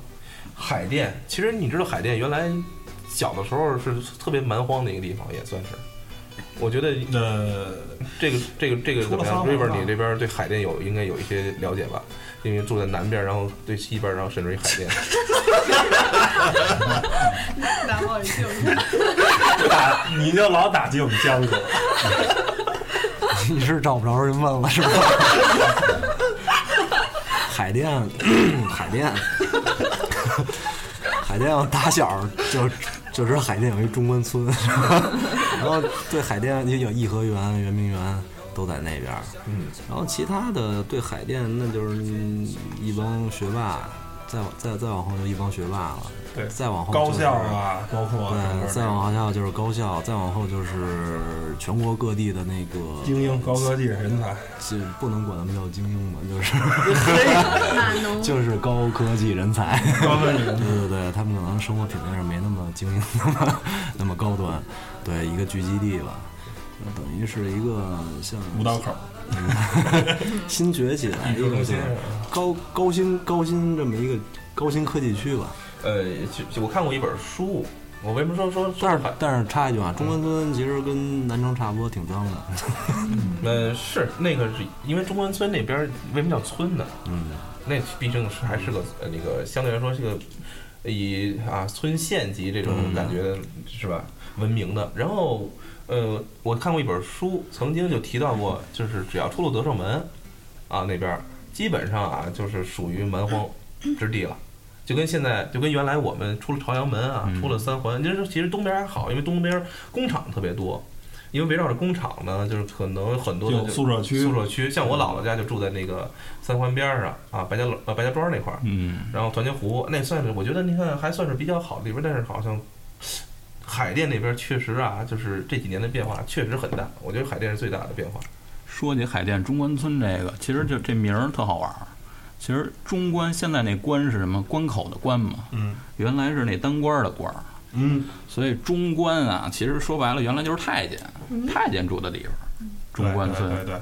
[SPEAKER 1] 海淀。其实你知道海淀原来小的时候是特别蛮荒的一个地方，也算是。我觉得
[SPEAKER 2] 那
[SPEAKER 1] 这个这个这个怎么样
[SPEAKER 2] 除了三环
[SPEAKER 1] ？River，
[SPEAKER 2] 吧
[SPEAKER 1] 你这边对海淀有应该有一些了解吧？因为住在南边，然后对西边，然后甚至于海 淀。
[SPEAKER 7] 南方人就是
[SPEAKER 2] 打你就老打击我们江哥，
[SPEAKER 3] 你是找不着人问了是吧？海淀，海淀，海淀，我打小就就知道海淀有一中关村，然后对海淀也有颐和园、圆明园都在那边。嗯，然后其他的对海淀那就是一帮学霸，再往再再往后就一帮学霸了，
[SPEAKER 2] 对
[SPEAKER 3] 再往后
[SPEAKER 2] 高
[SPEAKER 3] 就是
[SPEAKER 2] 校啊，包括整个
[SPEAKER 3] 对，
[SPEAKER 2] 这
[SPEAKER 3] 再
[SPEAKER 2] 个
[SPEAKER 3] 往下就是高校，再往后就是全国各地的那个
[SPEAKER 2] 精英高科技人才，
[SPEAKER 3] 就不能管他们叫精英吧，就是就是高科技人才。
[SPEAKER 2] 高科技
[SPEAKER 3] 对
[SPEAKER 2] 人才。
[SPEAKER 3] 对对，他们可能生活品味儿没那么精英，那么那么高端。对，一个聚集地吧，呃等于是一个像
[SPEAKER 2] 五道口，
[SPEAKER 3] 新崛起来一
[SPEAKER 2] 中
[SPEAKER 3] 个
[SPEAKER 2] 心啊
[SPEAKER 3] 高高新高新这么一个高新科技区吧。
[SPEAKER 1] 呃，其实我看过一本书，我为什么说说说
[SPEAKER 3] 但
[SPEAKER 1] 海
[SPEAKER 3] 是但是插一句啊，中关村其实跟南城差不多，挺脏的。
[SPEAKER 1] 呃，是那个是因为中关村那边儿为什么叫村呢？
[SPEAKER 3] 嗯，
[SPEAKER 1] 那毕竟是还是个呃那个相对来说是个以啊村县级这种
[SPEAKER 3] 嗯
[SPEAKER 1] 感觉的是吧闻名的。然后呃，我看过一本书，曾经就提到过，就是只要出了德胜门啊那边儿，基本上啊就是属于蛮荒之地了。就跟现在，就跟原来我们出了朝阳门啊，
[SPEAKER 5] 嗯
[SPEAKER 1] 出了三环，其实其实东边还好，因为东边工厂特别多，因为围绕着工厂呢，就是可能有很多的
[SPEAKER 2] 有
[SPEAKER 1] 就
[SPEAKER 2] 宿舍区
[SPEAKER 1] 宿舍区，像我姥姥家就住在那个三环边儿上啊，白家楼呃白家庄那块儿，
[SPEAKER 5] 嗯，
[SPEAKER 1] 然后团结湖那算是我觉得你看还算是比较好的地方，但是好像海淀那边确实啊，就是这几年的变化确实很大，我觉得海淀是最大的变化。
[SPEAKER 5] 说起海淀中关村这个，其实就这名儿特好玩儿。其实中关现在那关是什么？关口的关嘛，
[SPEAKER 2] 嗯
[SPEAKER 5] 原来是那当官儿的官儿。
[SPEAKER 2] 嗯，
[SPEAKER 5] 所以中关啊，其实说白了，原来就是太监，太监住的地方，中关村。
[SPEAKER 2] 对对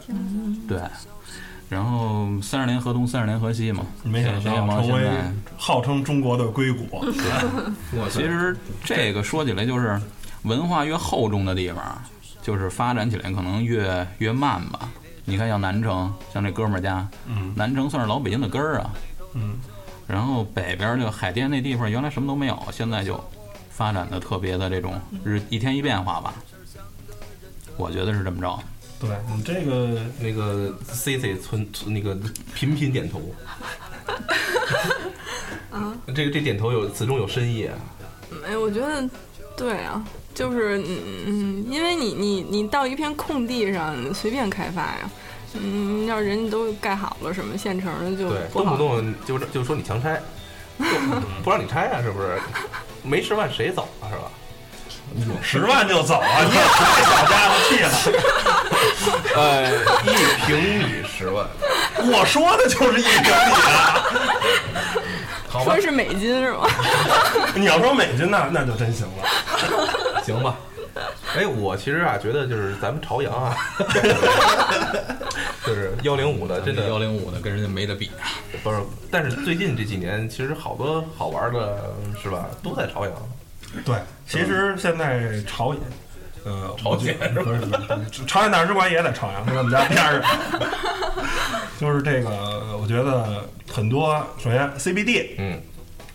[SPEAKER 2] 对，
[SPEAKER 5] 对，然后三十年河东，三十年河西嘛，
[SPEAKER 2] 没想
[SPEAKER 5] 谁也
[SPEAKER 2] 到
[SPEAKER 5] 忙
[SPEAKER 2] 成
[SPEAKER 5] 现
[SPEAKER 2] 为
[SPEAKER 5] 在
[SPEAKER 2] 号称中国的硅谷，
[SPEAKER 1] 我
[SPEAKER 5] 其实这个说起来就是，文化越厚重的地方，就是发展起来可能越越慢吧。你看，像南城，像这哥们儿家，
[SPEAKER 2] 嗯
[SPEAKER 5] 南城算是老北京的根儿啊。
[SPEAKER 2] 嗯，
[SPEAKER 5] 然后北边儿就海淀那地方，原来什么都没有，现在就发展的特别的这种日一天一变化吧。我觉得是这么着。
[SPEAKER 2] 对你这个
[SPEAKER 1] 那个 C C 村村那个频频点头，啊，这个这点头有此中有深意啊。
[SPEAKER 4] 哎，我觉得对啊，就是嗯嗯，因为你你你到一片空地上你随便开发呀，嗯，要人家都盖好了，什么现成的就
[SPEAKER 1] 对，
[SPEAKER 4] 不
[SPEAKER 1] 动
[SPEAKER 4] 嗯
[SPEAKER 1] 不
[SPEAKER 4] 好
[SPEAKER 1] 动就就说你强拆，就不让你拆啊，是不是？没十万谁走啊，是吧？
[SPEAKER 2] 十万就走啊，你也太小家子气了。
[SPEAKER 1] 呃，一平米十万，
[SPEAKER 2] 我说的就是一平米啊，
[SPEAKER 1] 好吧
[SPEAKER 4] 说，是美 金是吗？
[SPEAKER 2] 你要说美军那那就真行了。
[SPEAKER 1] 行吧。哎，我其实啊，觉得就是咱们朝阳啊，就是幺零五的，真的
[SPEAKER 5] 幺零五的跟人家没得比，
[SPEAKER 1] 不是。但是最近这几年，其实好多好玩的，是吧？都在朝阳。
[SPEAKER 2] 对，其实现在朝野，呃，
[SPEAKER 1] 朝鲜
[SPEAKER 2] 不是不是不是朝鲜大使馆也在朝阳，是我们家边上。 就是这个，我觉得很多，首先 CBD，
[SPEAKER 1] 嗯，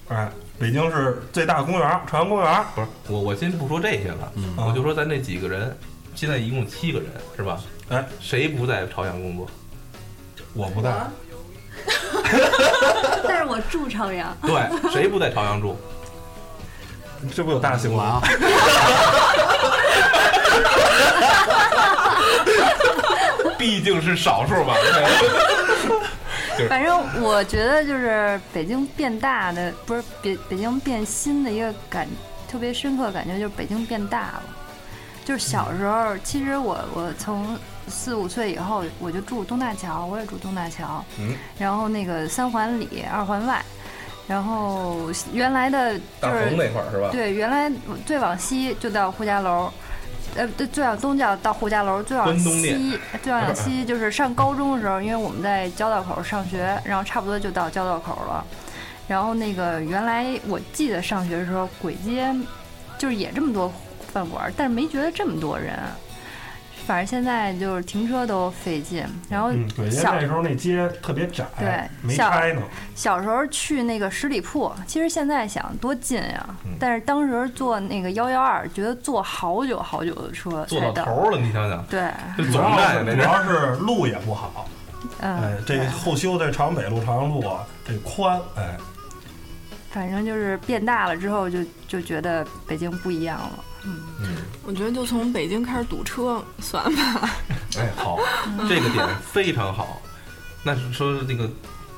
[SPEAKER 2] 哎，北京是最大公园，朝阳公园，啊
[SPEAKER 1] 不是，我我先不说这些了，嗯我就说咱这几个人，现在一共七个人，是吧？
[SPEAKER 2] 哎，
[SPEAKER 1] 谁不在朝阳工作？
[SPEAKER 2] 我不在，
[SPEAKER 6] 但是我住朝阳，
[SPEAKER 1] 对，谁不在朝阳住？
[SPEAKER 2] 这不有大新
[SPEAKER 3] 我
[SPEAKER 2] 闻
[SPEAKER 3] 啊，
[SPEAKER 1] 毕竟是少数嘛。
[SPEAKER 6] 反正我觉得就是北京变大的，不是北北京变新的一个感，特别深刻的感觉就是北京变大了。就是小时候，其实我我从四五岁以后，我就住东大桥，我也住东大桥，
[SPEAKER 1] 嗯，
[SPEAKER 6] 然后那个三环里、二环外，然后原来的就
[SPEAKER 1] 大
[SPEAKER 6] 是
[SPEAKER 1] 鹏那块儿是吧？
[SPEAKER 6] 对，原来最往西就到呼家楼，呃，对，最往东就要到呼家楼，最往
[SPEAKER 1] 关东
[SPEAKER 6] 西，最往西就是上高中的时候，因为我们在交道口上学，然后差不多就到交道口了。然后那个原来我记得上学的时候，簋街就是也这么多饭馆，但是没觉得这么多人。反正现在就是停车都费劲，然后
[SPEAKER 2] 嗯，对，因为
[SPEAKER 6] 小
[SPEAKER 2] 那时候那街特别窄，
[SPEAKER 6] 对
[SPEAKER 2] 没
[SPEAKER 6] 小
[SPEAKER 2] 开呢。
[SPEAKER 6] 小时候去那个十里铺，其实现在想多近呀、
[SPEAKER 1] 嗯
[SPEAKER 6] 但是当时坐那个幺幺二，觉得坐好久好久的车
[SPEAKER 1] 坐
[SPEAKER 6] 才
[SPEAKER 1] 到
[SPEAKER 6] 到。
[SPEAKER 1] 头儿了，你想想，
[SPEAKER 6] 对，
[SPEAKER 1] 这
[SPEAKER 2] 主
[SPEAKER 1] 总
[SPEAKER 2] 要
[SPEAKER 1] 站
[SPEAKER 2] 是
[SPEAKER 1] 那
[SPEAKER 2] 主
[SPEAKER 1] 是。
[SPEAKER 2] 要是路也不好，哎
[SPEAKER 6] 嗯，，
[SPEAKER 2] 这
[SPEAKER 6] 对
[SPEAKER 2] 后修的朝阳北路、朝阳路啊，这宽，哎，
[SPEAKER 6] 反正就是变大了之后就，就觉得北京不一样了。
[SPEAKER 1] 嗯
[SPEAKER 4] 我觉得就从北京开始堵车算吧。
[SPEAKER 1] 哎，好，这个点非常好。那是说那个，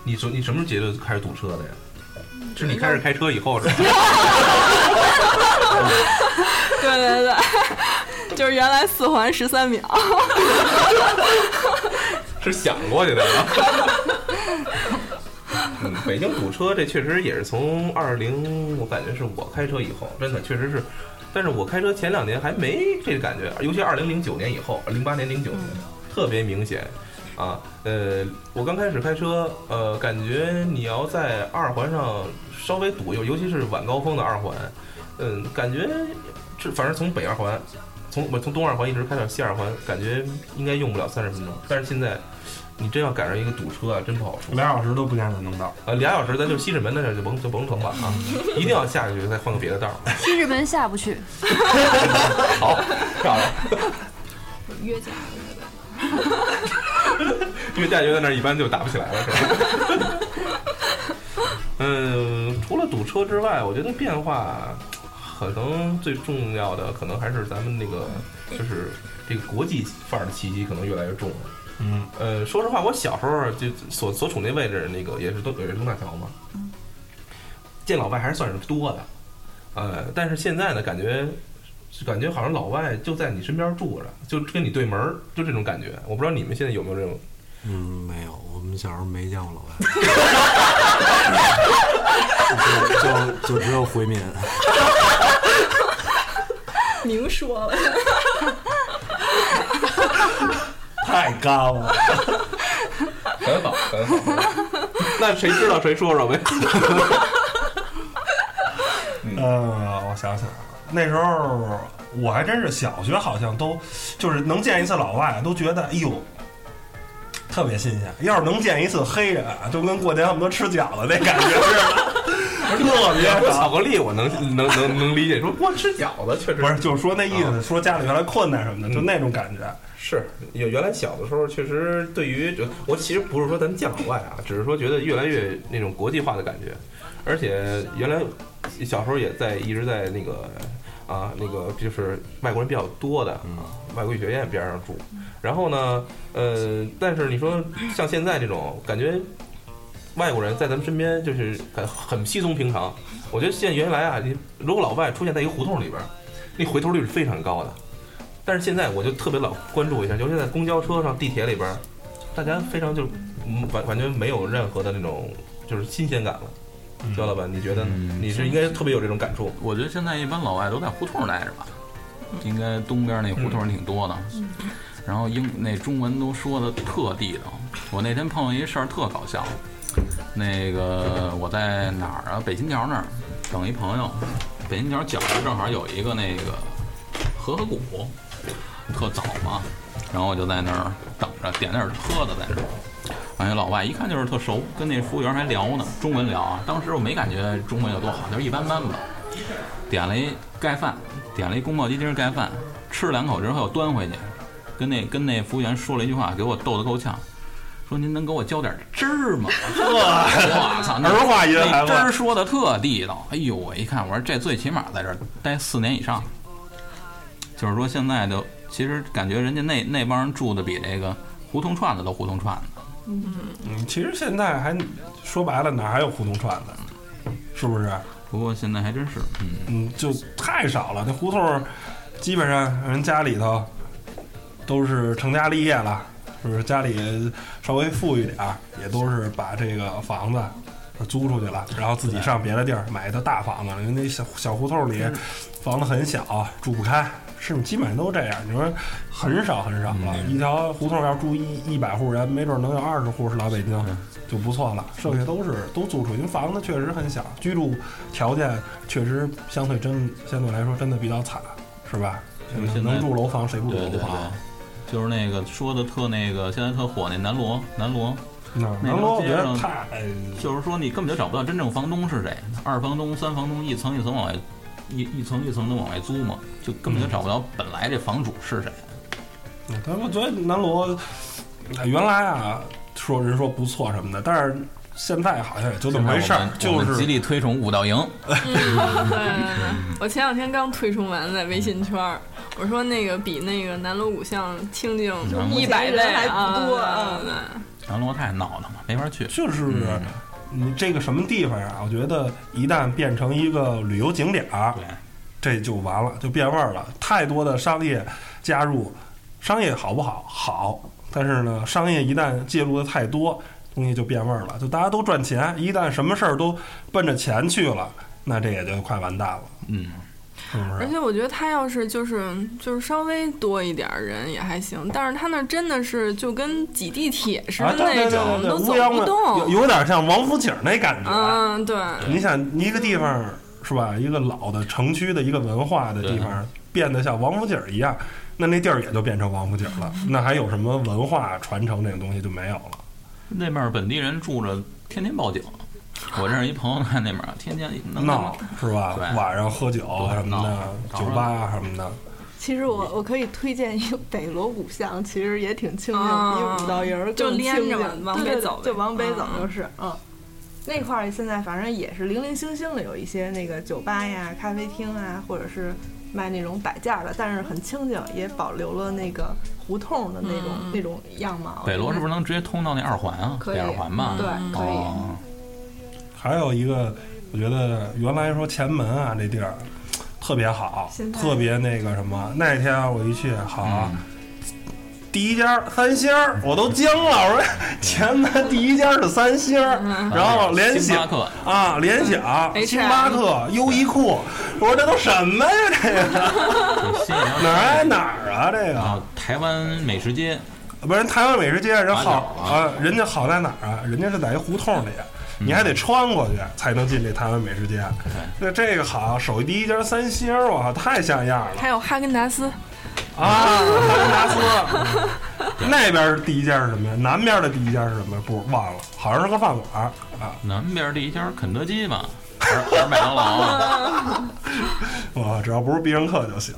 [SPEAKER 1] 你什你什么节就开始堵车的呀？是你开始开车以后是吧？
[SPEAKER 4] 对对对， 就是原来四环十三秒。
[SPEAKER 1] 是想过去的吗？嗯，北京堵车这确实也是从二零，我感觉是我开车以后，真的确实是。但是我开车前两年还没这感觉，尤其二零零九年以后，零八年、零九年、特别明显。啊，呃，我刚开始开车，呃，感觉你要在二环上稍微堵，尤尤其是晚高峰的二环，嗯，感觉这反正从北二环，从不从东二环一直开到西二环，感觉应该用不了三十分钟。但是现在你真要赶上一个堵车啊，真不好说。
[SPEAKER 2] 俩小时都不见得能到。
[SPEAKER 1] 呃，俩小时咱就西直门那儿就甭就甭整了啊， 一定要下去再换个别的道儿。
[SPEAKER 6] 西直门下不去，
[SPEAKER 1] 好，漂亮。
[SPEAKER 4] 约架，
[SPEAKER 1] 因为大学在那儿一般就打不起来了，是吧？ 嗯，除了堵车之外，我觉得变化可能最重要的，可能还是咱们那个就是这个国际范儿的气息可能越来越重了。
[SPEAKER 2] 嗯，
[SPEAKER 1] 呃，说实话，我小时候就所所处那位置，那个也是东也是东大桥嘛，见老外还是算是多的，呃，但是现在呢，感觉就感觉好像老外就在你身边住着，就跟你对门儿，就这种感觉。我不知道你们现在有没有这种
[SPEAKER 3] 嗯，没有，我们小时候没见过老 外，就就就只有回民。
[SPEAKER 4] 明说了。
[SPEAKER 2] 太干了。
[SPEAKER 1] 很好，很好。那谁知道谁说说呗？嗯
[SPEAKER 2] 呃，我想想啊，那时候我还真是小学好像都就是能见一次老外，都觉得哎呦。特别新鲜，要是能见一次黑人啊，就跟过年恨不得吃饺子那感觉似的， 特别
[SPEAKER 1] 说
[SPEAKER 2] 爽
[SPEAKER 1] 巧。克力，我能能能能理解。说光吃饺子，确实
[SPEAKER 2] 不是，就是说那意思，说家里原来困难什么的，就那种感觉。
[SPEAKER 1] 是有原来小的时候，确实对于就我其实不是说咱们见老外啊，只是说觉得越来越那种国际化的感觉，而且原来小时候也在一直在那个啊那个就是外国人比较多的
[SPEAKER 3] 嗯
[SPEAKER 1] 啊外国语学院边上住，然后呢呃，但是你说像现在这种感觉。外国人在咱们身边就是很很稀松平常，我觉得现在原来啊，你如果老外出现在一个胡同里边儿，那回头率是非常高的。但是现在我就特别老关注一下，尤其在公交车上、地铁里边儿，大家非常就嗯完完全没有任何的那种就是新鲜感了。焦老板，你觉得呢
[SPEAKER 5] 嗯
[SPEAKER 1] 你是应该特别有这种感触？
[SPEAKER 5] 我觉得现在一般老外都在胡同待着吧，应该东边那胡同挺多的。然后英那中文都说的特地道。我那天碰到一事儿特搞笑，那个我在哪儿啊？北新桥那儿等一朋友，北新桥脚下正好有一个那个和合谷，特早嘛。然后我就在那儿等着，点点儿喝的在那儿。完，那老外一看就是特熟，跟那服务员还聊呢，中文聊啊。当时我没感觉中文有多好，就是一般般吧。点了一盖饭，点了一宫保鸡丁盖饭，吃了两口之后又端回去，跟那跟那服务员说了一句话，给我逗得够呛，说您能给我浇点汁儿 吗？我操，那
[SPEAKER 2] 儿化音还
[SPEAKER 5] 那
[SPEAKER 2] 会
[SPEAKER 5] 汁儿说的特地道。哎呦，我一看，我说这最起码在这儿待四年以上，就是说现在就其实感觉人家那那帮人住的比这个胡同串子都胡同串子。
[SPEAKER 2] 嗯，其实现在还说白了，哪还有胡同串子？是不是？
[SPEAKER 5] 不过现在还真是，嗯，
[SPEAKER 2] 嗯，就太少了。那胡同儿基本上人家里头都是成家立业了，是不是？家里稍微富裕点儿，也都是把这个房子租出去了，然后自己上别的地儿买一套大房子。人家小小胡同里房子很小，啊住不开，是基本上都这样。你说很少很少了，一条胡同要住一一百户人，没准能有二十户是老北京
[SPEAKER 5] 嗯。
[SPEAKER 2] 就不错了，剩下都是都租出去，因为房子确实很小，居住条件确实相对真相对来说真的比较惨，是吧？
[SPEAKER 5] 就是嗯现在
[SPEAKER 2] 能住楼房谁不住
[SPEAKER 5] 对
[SPEAKER 2] 楼
[SPEAKER 5] 对对
[SPEAKER 2] 房？，啊
[SPEAKER 5] 就是那个说的特那个，现在特火那南锣，南锣
[SPEAKER 2] 那
[SPEAKER 5] 那
[SPEAKER 2] 南锣我
[SPEAKER 5] 条
[SPEAKER 2] 觉
[SPEAKER 5] 街
[SPEAKER 2] 得
[SPEAKER 5] 上
[SPEAKER 2] 太哎
[SPEAKER 5] 就是说你根本就找不到真正房东是谁，二房东、三房东一层一层往外，一一层一层的往外租嘛，就根本就找不到本来这房主是谁。
[SPEAKER 2] 嗯但是我觉得南锣呃原来啊说人说不错什么的，但是现在好像也就那么回事
[SPEAKER 5] 我
[SPEAKER 2] 儿
[SPEAKER 5] 们，我
[SPEAKER 2] 就
[SPEAKER 5] 们极
[SPEAKER 2] 是
[SPEAKER 5] 力推崇五道营，
[SPEAKER 4] 对， 我前两天刚推崇完在微信圈儿，我说那个比那个南锣鼓巷清静
[SPEAKER 1] 嗯
[SPEAKER 4] 一百倍啊，
[SPEAKER 7] 目前人还不多啊
[SPEAKER 4] 对对对
[SPEAKER 5] 南锣太闹腾了，没法去。
[SPEAKER 2] 就是。
[SPEAKER 5] 嗯
[SPEAKER 2] 你这个什么地方啊？我觉得一旦变成一个旅游景点儿，
[SPEAKER 5] 对，
[SPEAKER 2] 这就完了，就变味儿了。太多的商业加入，商业好不好？好，但是呢，商业一旦介入的太多，东西就变味儿了。就大家都赚钱，一旦什么事儿都奔着钱去了，那这也就快完蛋了，
[SPEAKER 5] 嗯，
[SPEAKER 2] 是不
[SPEAKER 4] 而
[SPEAKER 2] 是？
[SPEAKER 4] 且我觉得他要是就是就是稍微多一点儿人也还行，但是他那儿真的是就跟挤地铁似
[SPEAKER 2] 啊
[SPEAKER 4] 的，
[SPEAKER 2] 对
[SPEAKER 4] 那
[SPEAKER 2] 对
[SPEAKER 4] 种，
[SPEAKER 2] 对对对，
[SPEAKER 4] 都走
[SPEAKER 2] 乌泱的，
[SPEAKER 4] 不
[SPEAKER 2] 有
[SPEAKER 4] 动。
[SPEAKER 2] 有点像王府井那感觉。
[SPEAKER 4] 嗯，对，
[SPEAKER 2] 你想，一个地方是吧？一个老的城区的一个文化的地方，变得像王府井一样，那那地儿也就变成王府井 了。那还有什么文化传承这种东西就没有了。
[SPEAKER 5] 那边本地人住着，天天报警。我认识一朋友在那边，天天能
[SPEAKER 2] 闹是吧
[SPEAKER 5] 对？
[SPEAKER 2] 晚上喝酒
[SPEAKER 5] 对
[SPEAKER 2] 什么的，
[SPEAKER 5] 闹
[SPEAKER 2] 酒吧啊什么的，
[SPEAKER 7] 其实我我可以推荐一个北锣鼓巷，其实也挺清静，
[SPEAKER 4] 啊
[SPEAKER 7] 比五道营儿
[SPEAKER 4] 就
[SPEAKER 7] 更
[SPEAKER 4] 连
[SPEAKER 7] 清
[SPEAKER 4] 着
[SPEAKER 7] 静
[SPEAKER 4] 往
[SPEAKER 7] 对
[SPEAKER 4] 北
[SPEAKER 7] 对
[SPEAKER 4] 走呗
[SPEAKER 7] 就往北走
[SPEAKER 4] 嗯
[SPEAKER 7] 就是，嗯。那块儿现在反正也是零零星星的有一些那个酒吧呀、咖啡厅啊，或者是卖那种摆件儿的，但是很清静，也保留了那个胡同的那种、
[SPEAKER 4] 嗯
[SPEAKER 7] 那种样貌。
[SPEAKER 5] 北锣是不是能直接通到那二环啊？
[SPEAKER 7] 可以
[SPEAKER 5] 那二环吧？
[SPEAKER 7] 对，可以。
[SPEAKER 5] 哦，
[SPEAKER 2] 还有一个，我觉得原来说前门啊这地儿特别好
[SPEAKER 7] 现，在
[SPEAKER 2] 特别那个什么。那天我一去，好啊
[SPEAKER 5] 嗯，
[SPEAKER 2] 第一家三星儿，我都惊了，我说 前门第一家是三星儿，然后联
[SPEAKER 5] 星
[SPEAKER 2] 想
[SPEAKER 5] 巴克
[SPEAKER 2] 啊，联想、
[SPEAKER 4] H&M
[SPEAKER 2] 星巴克、优衣库，我说这都什么呀？这个
[SPEAKER 5] 新一条
[SPEAKER 2] 哪儿挨哪儿啊？这个
[SPEAKER 5] 啊，台湾美食街，
[SPEAKER 2] 不是台湾美食街，人好
[SPEAKER 5] 打鸟
[SPEAKER 2] 啊，人家好在哪儿啊？人家是在一胡同里，啊
[SPEAKER 5] 嗯
[SPEAKER 2] 你还得穿过去才能进这台湾美食街。那这个好，首第一家三星儿，我靠，太像样了
[SPEAKER 4] 还有哈根达斯，
[SPEAKER 2] 啊！达斯，那边儿第一家是什么呀？南边儿的第一家是什么呀？不忘了，好像是个饭馆儿啊。
[SPEAKER 5] 南边第一家肯德基 吧，还是还是麦当劳啊？
[SPEAKER 2] 我啊只要不是必胜客就行，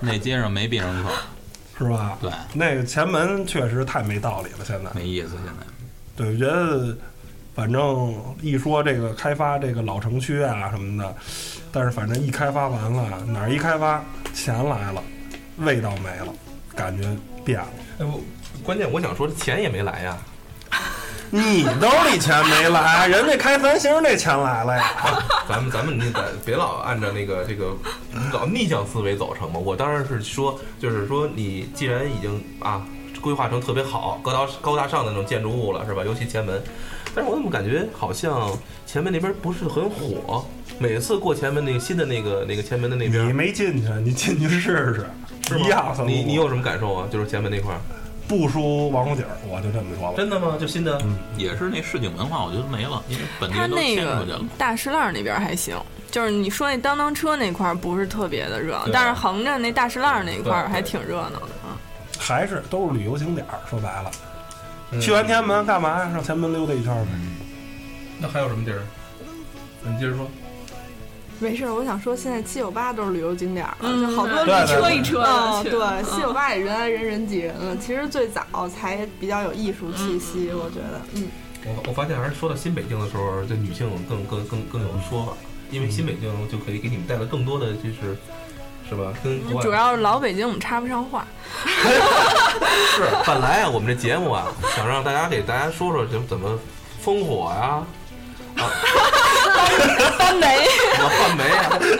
[SPEAKER 5] 那街上没必胜客，
[SPEAKER 2] 是吧？
[SPEAKER 5] 对，
[SPEAKER 2] 那个前门确实太没道理了，现在。
[SPEAKER 5] 没意思。现在
[SPEAKER 2] 对，我觉得反正一说这个开发这个老城区啊什么的，但是反正一开发完了，哪儿一开发，钱来了，味道没了，感觉变了。
[SPEAKER 1] 哎，我关键我想说，这钱也没来呀。
[SPEAKER 2] 你兜里钱没来，人家开三星那钱来了呀。
[SPEAKER 1] 咱们咱们那咱别老按照那个这个老逆向思维走成嘛。我当然是说，就是说你既然已经啊规划成特别好、高大高大上的那种建筑物了，是吧？尤其前门，但是我怎么感觉好像前门那边不是很火？每次过前门那个新的那个那个前门的那
[SPEAKER 2] 你
[SPEAKER 1] 边，
[SPEAKER 2] 没进去，你进去试
[SPEAKER 1] 是
[SPEAKER 2] 试，
[SPEAKER 1] 吗
[SPEAKER 2] 一样算不
[SPEAKER 1] 你你有什么感受啊？就是前门那块儿，
[SPEAKER 2] 不输王府井，我就这么说了。
[SPEAKER 1] 真的吗？就新的，
[SPEAKER 5] 也是那市井文化，我觉得没了，因为本地
[SPEAKER 4] 它
[SPEAKER 5] 人都
[SPEAKER 4] 那
[SPEAKER 5] 迁出
[SPEAKER 4] 个
[SPEAKER 5] 去了。
[SPEAKER 4] 大石烂儿那边儿还行，就是你说那当当车那块儿不是特别的热闹，
[SPEAKER 1] 对
[SPEAKER 4] 但是横着那大石烂儿那块儿
[SPEAKER 1] 对
[SPEAKER 4] 还挺热闹的啊。
[SPEAKER 2] 还是都是旅游景点儿，说白了，
[SPEAKER 1] 嗯
[SPEAKER 2] 去完天安门干嘛呀？上前门溜达一圈儿呗。
[SPEAKER 1] 那还有什么地儿？你接着说。
[SPEAKER 7] 没事儿，我想说现在七九八都是旅游景点儿了，
[SPEAKER 4] 嗯哦
[SPEAKER 7] 就好多
[SPEAKER 2] 对
[SPEAKER 7] 旅
[SPEAKER 2] 对对
[SPEAKER 7] 嗯，
[SPEAKER 4] 去
[SPEAKER 7] 对，七九八也人挨人人挤人了。其实最早才比较有艺术气息，我觉得，嗯，
[SPEAKER 1] 我我发现还是说到新北京的时候，这女性更更更更有说法，因为新北京就可以给你们带来更多的就是，是吧？跟国外
[SPEAKER 4] 嗯主要是老北京我们插不上话，
[SPEAKER 1] 是 本来啊，我们这节目啊，想让大家给大家说说怎么怎么烽火呀、
[SPEAKER 4] 三没。
[SPEAKER 1] 怎么换煤啊，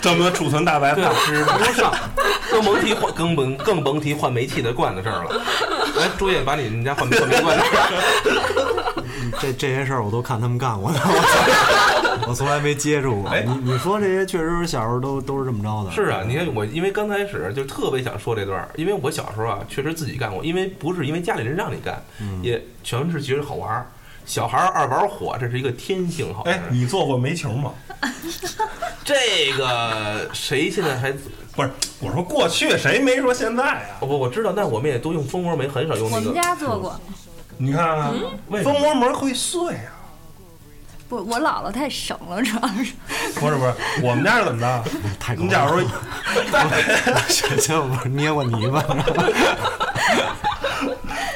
[SPEAKER 2] 怎么储存大白
[SPEAKER 1] 对
[SPEAKER 2] 菜
[SPEAKER 1] 啊？，使不上，更甭提换更甭更甭提换煤气的罐子事儿了。来，朱烨把你们家换煤换煤罐的事儿，
[SPEAKER 3] 这这些事儿我都看他们干过呢，我从 我从来没接触过。
[SPEAKER 1] 哎
[SPEAKER 3] 你你说这些确实小时候都都是这么着的。
[SPEAKER 1] 是啊，你看我，因为刚开始就特别想说这段儿，因为我小时候啊，确实自己干过，因为不是因为家里人让你干，也全是觉得好玩儿。小孩儿爱玩火，这是一个天性，好像
[SPEAKER 2] 哎，
[SPEAKER 1] 是。
[SPEAKER 2] 你做过煤球吗？
[SPEAKER 1] 这个谁现在还
[SPEAKER 2] 不是，我说过去谁没说现在啊？
[SPEAKER 1] 哦不？我知道，但我们也都用蜂窝煤，很少用
[SPEAKER 6] 我
[SPEAKER 1] 那
[SPEAKER 6] 们
[SPEAKER 1] 个。
[SPEAKER 6] 家做过，
[SPEAKER 2] 你看看，
[SPEAKER 1] 为什
[SPEAKER 2] 蜂
[SPEAKER 1] 么？
[SPEAKER 2] 窝煤会碎啊？
[SPEAKER 6] 不，我姥姥太省了，主要是。
[SPEAKER 2] 不是不是，我们家是怎么着？
[SPEAKER 3] 太高
[SPEAKER 2] 你假如说
[SPEAKER 3] 行行，我捏过 泥巴，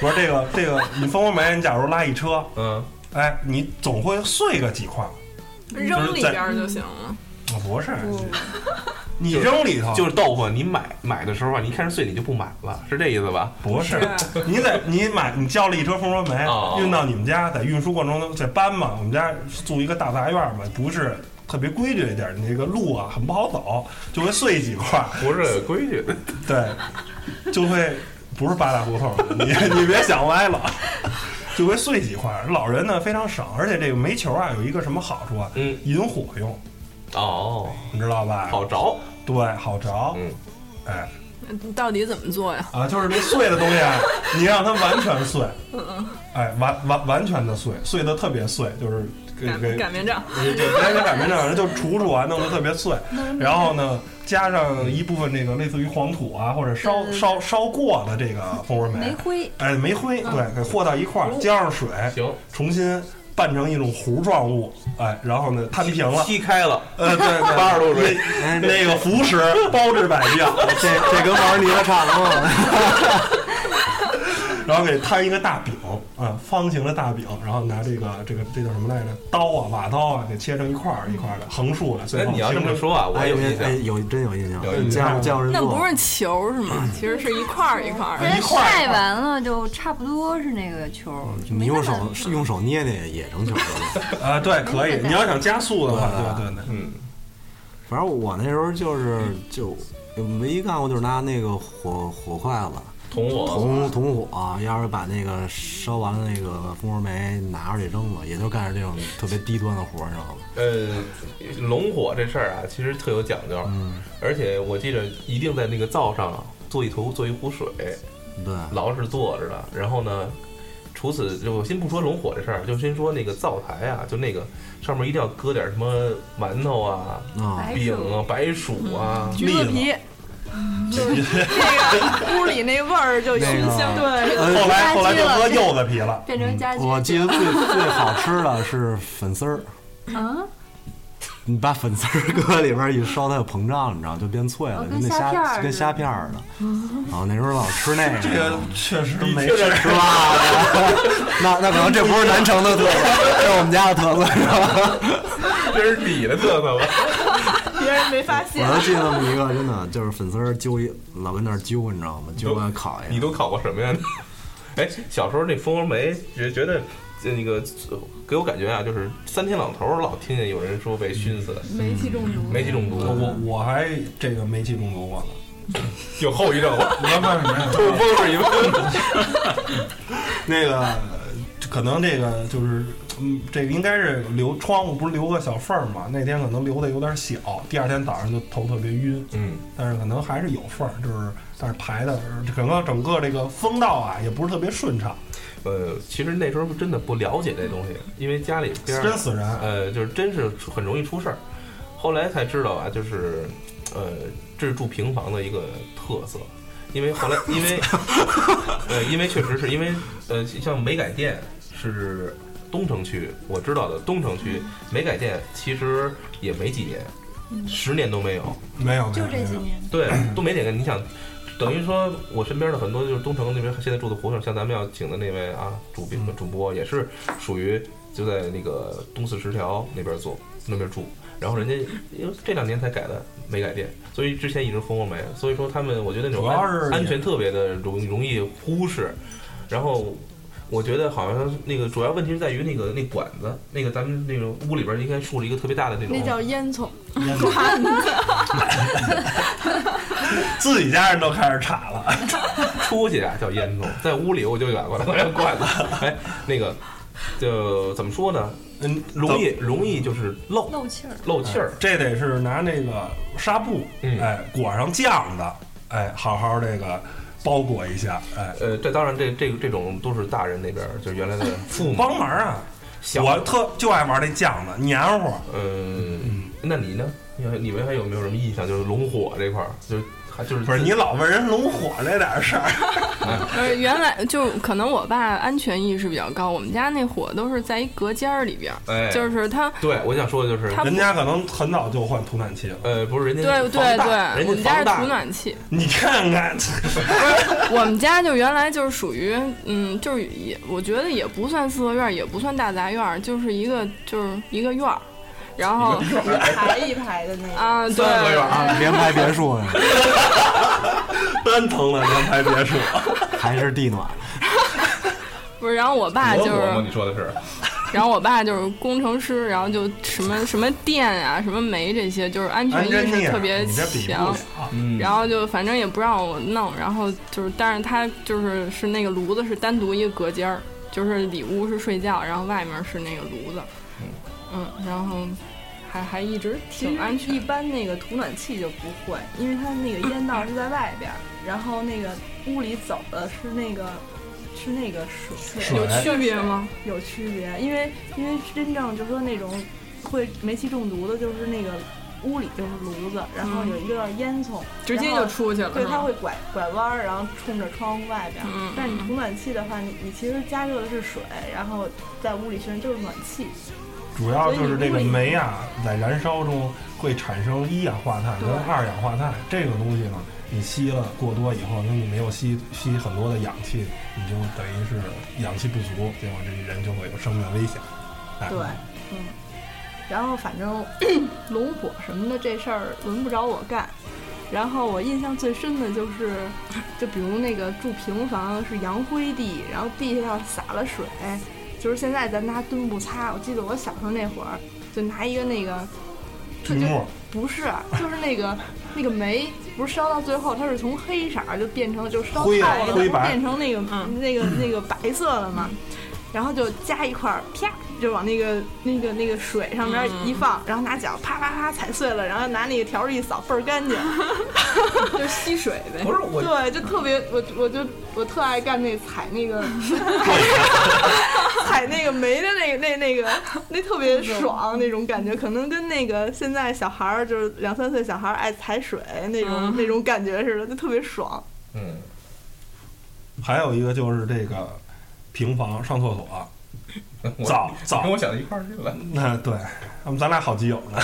[SPEAKER 2] 不是这个这个，你蜂窝煤，你假如拉一车，
[SPEAKER 1] 嗯，
[SPEAKER 2] 哎，你总会碎个几块。
[SPEAKER 4] 扔里边儿就行了。
[SPEAKER 2] 不是，你扔里头
[SPEAKER 1] 就是豆腐，你买买的时候啊，你一看是碎，你就不买了，是这意思吧？
[SPEAKER 2] 不是，你得你买你叫了一车蜂窝煤
[SPEAKER 1] 哦，
[SPEAKER 2] 运到你们家，在运输过程中在搬嘛。我们家住一个大杂院嘛，不是特别规矩一点，你那个路啊很不好走，就会碎几块，
[SPEAKER 1] 不是有规矩的。
[SPEAKER 2] 对，就会不是八大胡同，你你别想歪了。就会碎几块，老人呢非常省，而且这个煤球啊有一个什么好处啊？
[SPEAKER 1] 嗯
[SPEAKER 2] 引火用，
[SPEAKER 1] 哦，
[SPEAKER 2] 你知道吧？
[SPEAKER 1] 好着，
[SPEAKER 2] 对，好着，
[SPEAKER 1] 嗯，
[SPEAKER 2] 哎，
[SPEAKER 4] 嗯到底怎么做呀？
[SPEAKER 2] 啊，就是这碎的东西啊，你让它完全碎，
[SPEAKER 6] 嗯
[SPEAKER 2] 哎，完完完全的碎，碎的特别碎，就是给
[SPEAKER 4] 擀
[SPEAKER 2] 给呃
[SPEAKER 4] 擀面杖，
[SPEAKER 2] 就就别别擀面杖，就杵杵啊，弄得特别碎，
[SPEAKER 6] 嗯
[SPEAKER 2] 然后呢，加上一部分这个类似于黄土啊，或者烧
[SPEAKER 6] 对对对
[SPEAKER 2] 烧烧过的 这个蜂窝
[SPEAKER 6] 煤
[SPEAKER 2] 煤，
[SPEAKER 6] 灰，嗯
[SPEAKER 2] 哎，煤灰，对，给和到一块儿，加上水，
[SPEAKER 1] 行，
[SPEAKER 2] 重新拌成一种糊状物，哎，然后呢，摊平了，
[SPEAKER 1] 踢开了，
[SPEAKER 2] 呃，对 对，
[SPEAKER 1] 八十度水，
[SPEAKER 3] 哎，这
[SPEAKER 2] 那个浮石包治百病。
[SPEAKER 3] 这跟玩泥巴差不多了。
[SPEAKER 2] 然后给摊一个大饼，啊，方形的大饼，然后拿这个这个这叫什么来着？刀啊，瓦刀啊，给切成一块儿一块儿的，横竖的。最
[SPEAKER 1] 哎，
[SPEAKER 2] 后
[SPEAKER 1] 你要这么
[SPEAKER 2] 形成，
[SPEAKER 1] 说啊，我
[SPEAKER 3] 哎
[SPEAKER 1] 也有
[SPEAKER 3] 有
[SPEAKER 1] 印
[SPEAKER 3] 哎
[SPEAKER 1] 象。
[SPEAKER 3] 有真有印象嗯
[SPEAKER 1] 有印，象
[SPEAKER 3] 见过见过人
[SPEAKER 4] 那
[SPEAKER 3] 做。
[SPEAKER 4] 不是球是吗？其实是一块儿一块儿
[SPEAKER 6] 现
[SPEAKER 1] 哎
[SPEAKER 6] 在
[SPEAKER 4] 的。
[SPEAKER 6] 晒完了就差不多是那个球儿。就没
[SPEAKER 3] 嗯你用
[SPEAKER 6] 那么
[SPEAKER 3] 手用手捏捏也成球了。
[SPEAKER 2] 啊，对，可以。你要想加速的话，
[SPEAKER 3] 对
[SPEAKER 2] 对对对，
[SPEAKER 1] 嗯，
[SPEAKER 3] 反正我那时候就是就唯一干过就是拿那个火火筷子。
[SPEAKER 1] 捅我，
[SPEAKER 3] 同同伙，啊要是把那个烧完了那个蜂窝煤拿出去扔了，也就干着这种特别低端的活儿，你知道吗？
[SPEAKER 1] 呃，龙火这事儿啊，其实特有讲究，
[SPEAKER 3] 嗯，
[SPEAKER 1] 而且我记着一定在那个灶上做一头做一壶水，
[SPEAKER 3] 对，
[SPEAKER 1] 老是坐着的。然后呢，除此就我先不说龙火这事儿，就先说那个灶台啊，就那个上面一定要搁点什么馒头啊、
[SPEAKER 3] 啊，
[SPEAKER 6] 白
[SPEAKER 1] 饼啊、白薯啊。
[SPEAKER 4] 橘子皮，
[SPEAKER 7] 那个屋里那味 儿就
[SPEAKER 3] 那个
[SPEAKER 7] 香
[SPEAKER 1] 啊
[SPEAKER 7] 对，
[SPEAKER 3] 呃
[SPEAKER 2] 后来
[SPEAKER 6] 加
[SPEAKER 2] 后来
[SPEAKER 6] 剧
[SPEAKER 2] 就
[SPEAKER 6] 了
[SPEAKER 2] 喝柚子皮了。
[SPEAKER 6] 变成家居。
[SPEAKER 3] 我记 得最最好吃的是粉丝儿，
[SPEAKER 6] 啊，
[SPEAKER 3] 你把粉丝儿搁里边儿一烧，它就膨胀，你知道吗，就变脆了，
[SPEAKER 6] 哦
[SPEAKER 3] 就
[SPEAKER 6] 跟
[SPEAKER 3] 那
[SPEAKER 6] 虾片
[SPEAKER 3] 虾
[SPEAKER 6] 儿
[SPEAKER 3] 跟
[SPEAKER 6] 似的
[SPEAKER 3] 虾片儿的。 啊，那时候老吃那
[SPEAKER 2] 这个
[SPEAKER 3] 个。
[SPEAKER 2] 确实没
[SPEAKER 1] 确实
[SPEAKER 3] 是吧？ 那那可能这不是南城的特色，这是我们家的特色，是吧？
[SPEAKER 7] 嗯
[SPEAKER 1] 这是你的特色吧？
[SPEAKER 7] 别人没发现
[SPEAKER 3] 我。就记得那么一个，真的就是粉丝儿揪一，老跟那儿揪，你知道吗？揪完烤 一
[SPEAKER 1] 你
[SPEAKER 3] 个。
[SPEAKER 1] 都烤过什么呀？ 哎，小时候那蜂窝煤，觉觉得呃那个呃给我感觉啊，就是三天两头儿老听见有人说被熏死，
[SPEAKER 7] 煤气中毒
[SPEAKER 1] 煤气中毒，
[SPEAKER 2] 我我还这个煤气中毒过呢。
[SPEAKER 1] 有后遗症了，
[SPEAKER 2] 我干什么呀？
[SPEAKER 1] 痛风是一个。
[SPEAKER 2] 那个可能这个就是嗯，这个应该是留窗户不是留个小缝儿嘛？那天可能留的有点小，第二天早上就头特别晕，
[SPEAKER 1] 嗯，
[SPEAKER 2] 但是可能还是有缝儿，就是但是排的整个整个这个风道啊也不是特别顺畅，
[SPEAKER 1] 呃，其实那时候真的不了解这东西，因为家里边儿
[SPEAKER 2] 真死人。
[SPEAKER 1] 呃，就是真是很容易出事儿。后来才知道啊，就是呃，这是住平房的一个特色，因为后来因为呃，因为确实是因为呃，像煤改店是东城区，我知道的东城区煤改店其实也没几年，十年都没有，
[SPEAKER 2] 没有，没有
[SPEAKER 6] 就这几
[SPEAKER 2] 没有
[SPEAKER 6] 年，
[SPEAKER 1] 对，都没哪个。你想，等于说我身边的很多就是东城那边现在住的胡同，像咱们要请的那位啊主编
[SPEAKER 2] 嗯
[SPEAKER 1] 主播也是属于就在那个东四十条那边做那边住，然后人家因为这两年才改的没改变，所以之前一直封过煤，所以说他们我觉得那种安
[SPEAKER 2] 主要是
[SPEAKER 1] 安全特别的容容易忽视，然后。我觉得好像那个主要问题是在于那个那管子，那个咱们那个屋里边应该竖了一个特别大的那种，
[SPEAKER 4] 那叫烟囱，
[SPEAKER 2] 自己家人都开始岔了。
[SPEAKER 1] 出去啊叫烟囱，在屋里我就管管管管了。哎，那个就怎么说呢？
[SPEAKER 2] 嗯，
[SPEAKER 1] 容易容易就是漏
[SPEAKER 6] 漏气儿。
[SPEAKER 1] 漏气儿。
[SPEAKER 2] 这得是拿那个纱布，
[SPEAKER 1] 嗯
[SPEAKER 2] 哎，裹上酱的，哎，好好这个包裹一下，哎，
[SPEAKER 1] 呃，这当然这这这种都是大人那边儿，就是原来的父母
[SPEAKER 2] 帮忙啊！
[SPEAKER 1] 小
[SPEAKER 2] 我特就爱玩那酱的黏糊，
[SPEAKER 1] 嗯，
[SPEAKER 2] 嗯，
[SPEAKER 1] 那你呢？你还你们还有没有什么印象？就是龙火这块儿，就是还就是
[SPEAKER 2] 不是你老问人龙火那点事儿，
[SPEAKER 4] 呃，原来就可能我爸安全意识比较高，我们家那火都是在一隔间儿里边儿，
[SPEAKER 1] 哎，
[SPEAKER 4] 就是他
[SPEAKER 1] 对我想说的就是
[SPEAKER 4] 他不
[SPEAKER 2] 人家可能很早就换涂暖器了。
[SPEAKER 1] 呃，不是人家
[SPEAKER 4] 对对
[SPEAKER 1] 房
[SPEAKER 4] 对
[SPEAKER 1] 大，
[SPEAKER 4] 我
[SPEAKER 1] 人
[SPEAKER 4] 们
[SPEAKER 1] 家
[SPEAKER 4] 家
[SPEAKER 1] 房
[SPEAKER 4] 是
[SPEAKER 1] 大
[SPEAKER 4] 土暖气，
[SPEAKER 2] 你看看，
[SPEAKER 4] 我们家就原来就是属于，嗯，就是也我觉得也不算四合院儿，也不算大杂院儿，就是一个就是一个院儿，然后
[SPEAKER 7] 一排一排的那个。
[SPEAKER 4] 啊，对，
[SPEAKER 1] 三合院儿
[SPEAKER 3] 啊，连排别墅呀，
[SPEAKER 2] 单层的连排 别墅，
[SPEAKER 3] 还是地暖，
[SPEAKER 4] 不是，然后我爸
[SPEAKER 1] 罗
[SPEAKER 4] 就
[SPEAKER 1] 火吗？
[SPEAKER 4] 是，
[SPEAKER 1] 你说的是
[SPEAKER 4] 然后我爸就是工程师，然后就什么什么电啊，什么煤这些，就是安全
[SPEAKER 2] 安
[SPEAKER 4] 意
[SPEAKER 2] 贞妮
[SPEAKER 4] 识
[SPEAKER 2] 啊，
[SPEAKER 4] 特别
[SPEAKER 2] 你这比不
[SPEAKER 4] 强
[SPEAKER 2] 了。，
[SPEAKER 5] 嗯，
[SPEAKER 4] 然后就反正也不让我弄，然后就是，但是他就是是那个炉子是单独一个隔间儿，就是里屋是睡觉，然后外面是那个炉子，嗯，然后还还一直
[SPEAKER 7] 其
[SPEAKER 4] 挺安
[SPEAKER 7] 实一
[SPEAKER 4] 全。
[SPEAKER 7] 般那个土暖气就不会，因为它那个烟道是在外边儿，然后那个屋里走的是那个是那个水，
[SPEAKER 2] 水
[SPEAKER 4] 有区别吗？
[SPEAKER 7] 有区别，因为因为真正就说那种会煤气中毒的，就是那个屋里就是炉子，然后
[SPEAKER 4] 嗯
[SPEAKER 7] 有一个烟囱，
[SPEAKER 4] 直接就出去了。
[SPEAKER 7] 对，
[SPEAKER 4] 是吧
[SPEAKER 7] 它会拐拐弯儿，然后冲着窗户外边儿。
[SPEAKER 4] 嗯
[SPEAKER 7] 但你土暖气的话，你你其实加热的是水，然后在屋里熏就是暖气，
[SPEAKER 2] 主要就是这个煤啊，在燃烧中会产生一氧化碳跟
[SPEAKER 7] 对
[SPEAKER 2] 二氧化碳这个东西呢，你吸了过多以后，因为你没有吸吸很多的氧气，你就等于是氧气不足，结果这人就会有生命危险。哎
[SPEAKER 7] 对，嗯。然后反正 龙火什么的这事儿轮不着我干。然后我印象最深的就是，就比如那个住平房是洋灰地，然后地上洒了水，就是现在咱拿墩布擦。我记得我小时候那会儿，就拿一个那个，就
[SPEAKER 2] 锯
[SPEAKER 7] 就
[SPEAKER 2] 末，
[SPEAKER 7] 不是，就是那个那个煤，不是烧到最后，它是从黑色儿就变成就烧
[SPEAKER 2] 灰啊
[SPEAKER 7] 太阳
[SPEAKER 2] 灰白
[SPEAKER 7] 变成那个、
[SPEAKER 4] 嗯
[SPEAKER 7] 那个那个白色了嘛，然后就加一块儿，啪就往那个那个那个水上面
[SPEAKER 4] 嗯
[SPEAKER 7] 一放，然后拿脚啪啪啪踩碎了，然后拿那个笤帚一扫，倍儿干 净。
[SPEAKER 4] 就是吸水呗。
[SPEAKER 1] 不是我
[SPEAKER 7] 对，就特别我我就我特爱干那踩那 个踩那个煤的那个那那个那特别爽那种感觉，可能跟那个现在小孩儿就是两三岁小孩儿爱踩水那种、
[SPEAKER 4] 嗯
[SPEAKER 7] 那种感觉似的，就特别爽。
[SPEAKER 1] 嗯，
[SPEAKER 2] 还有一个就是这个平房上厕所，
[SPEAKER 1] 我
[SPEAKER 2] 早早
[SPEAKER 1] 跟我想的一块儿去了，
[SPEAKER 2] 那对，那么咱俩好基友呢。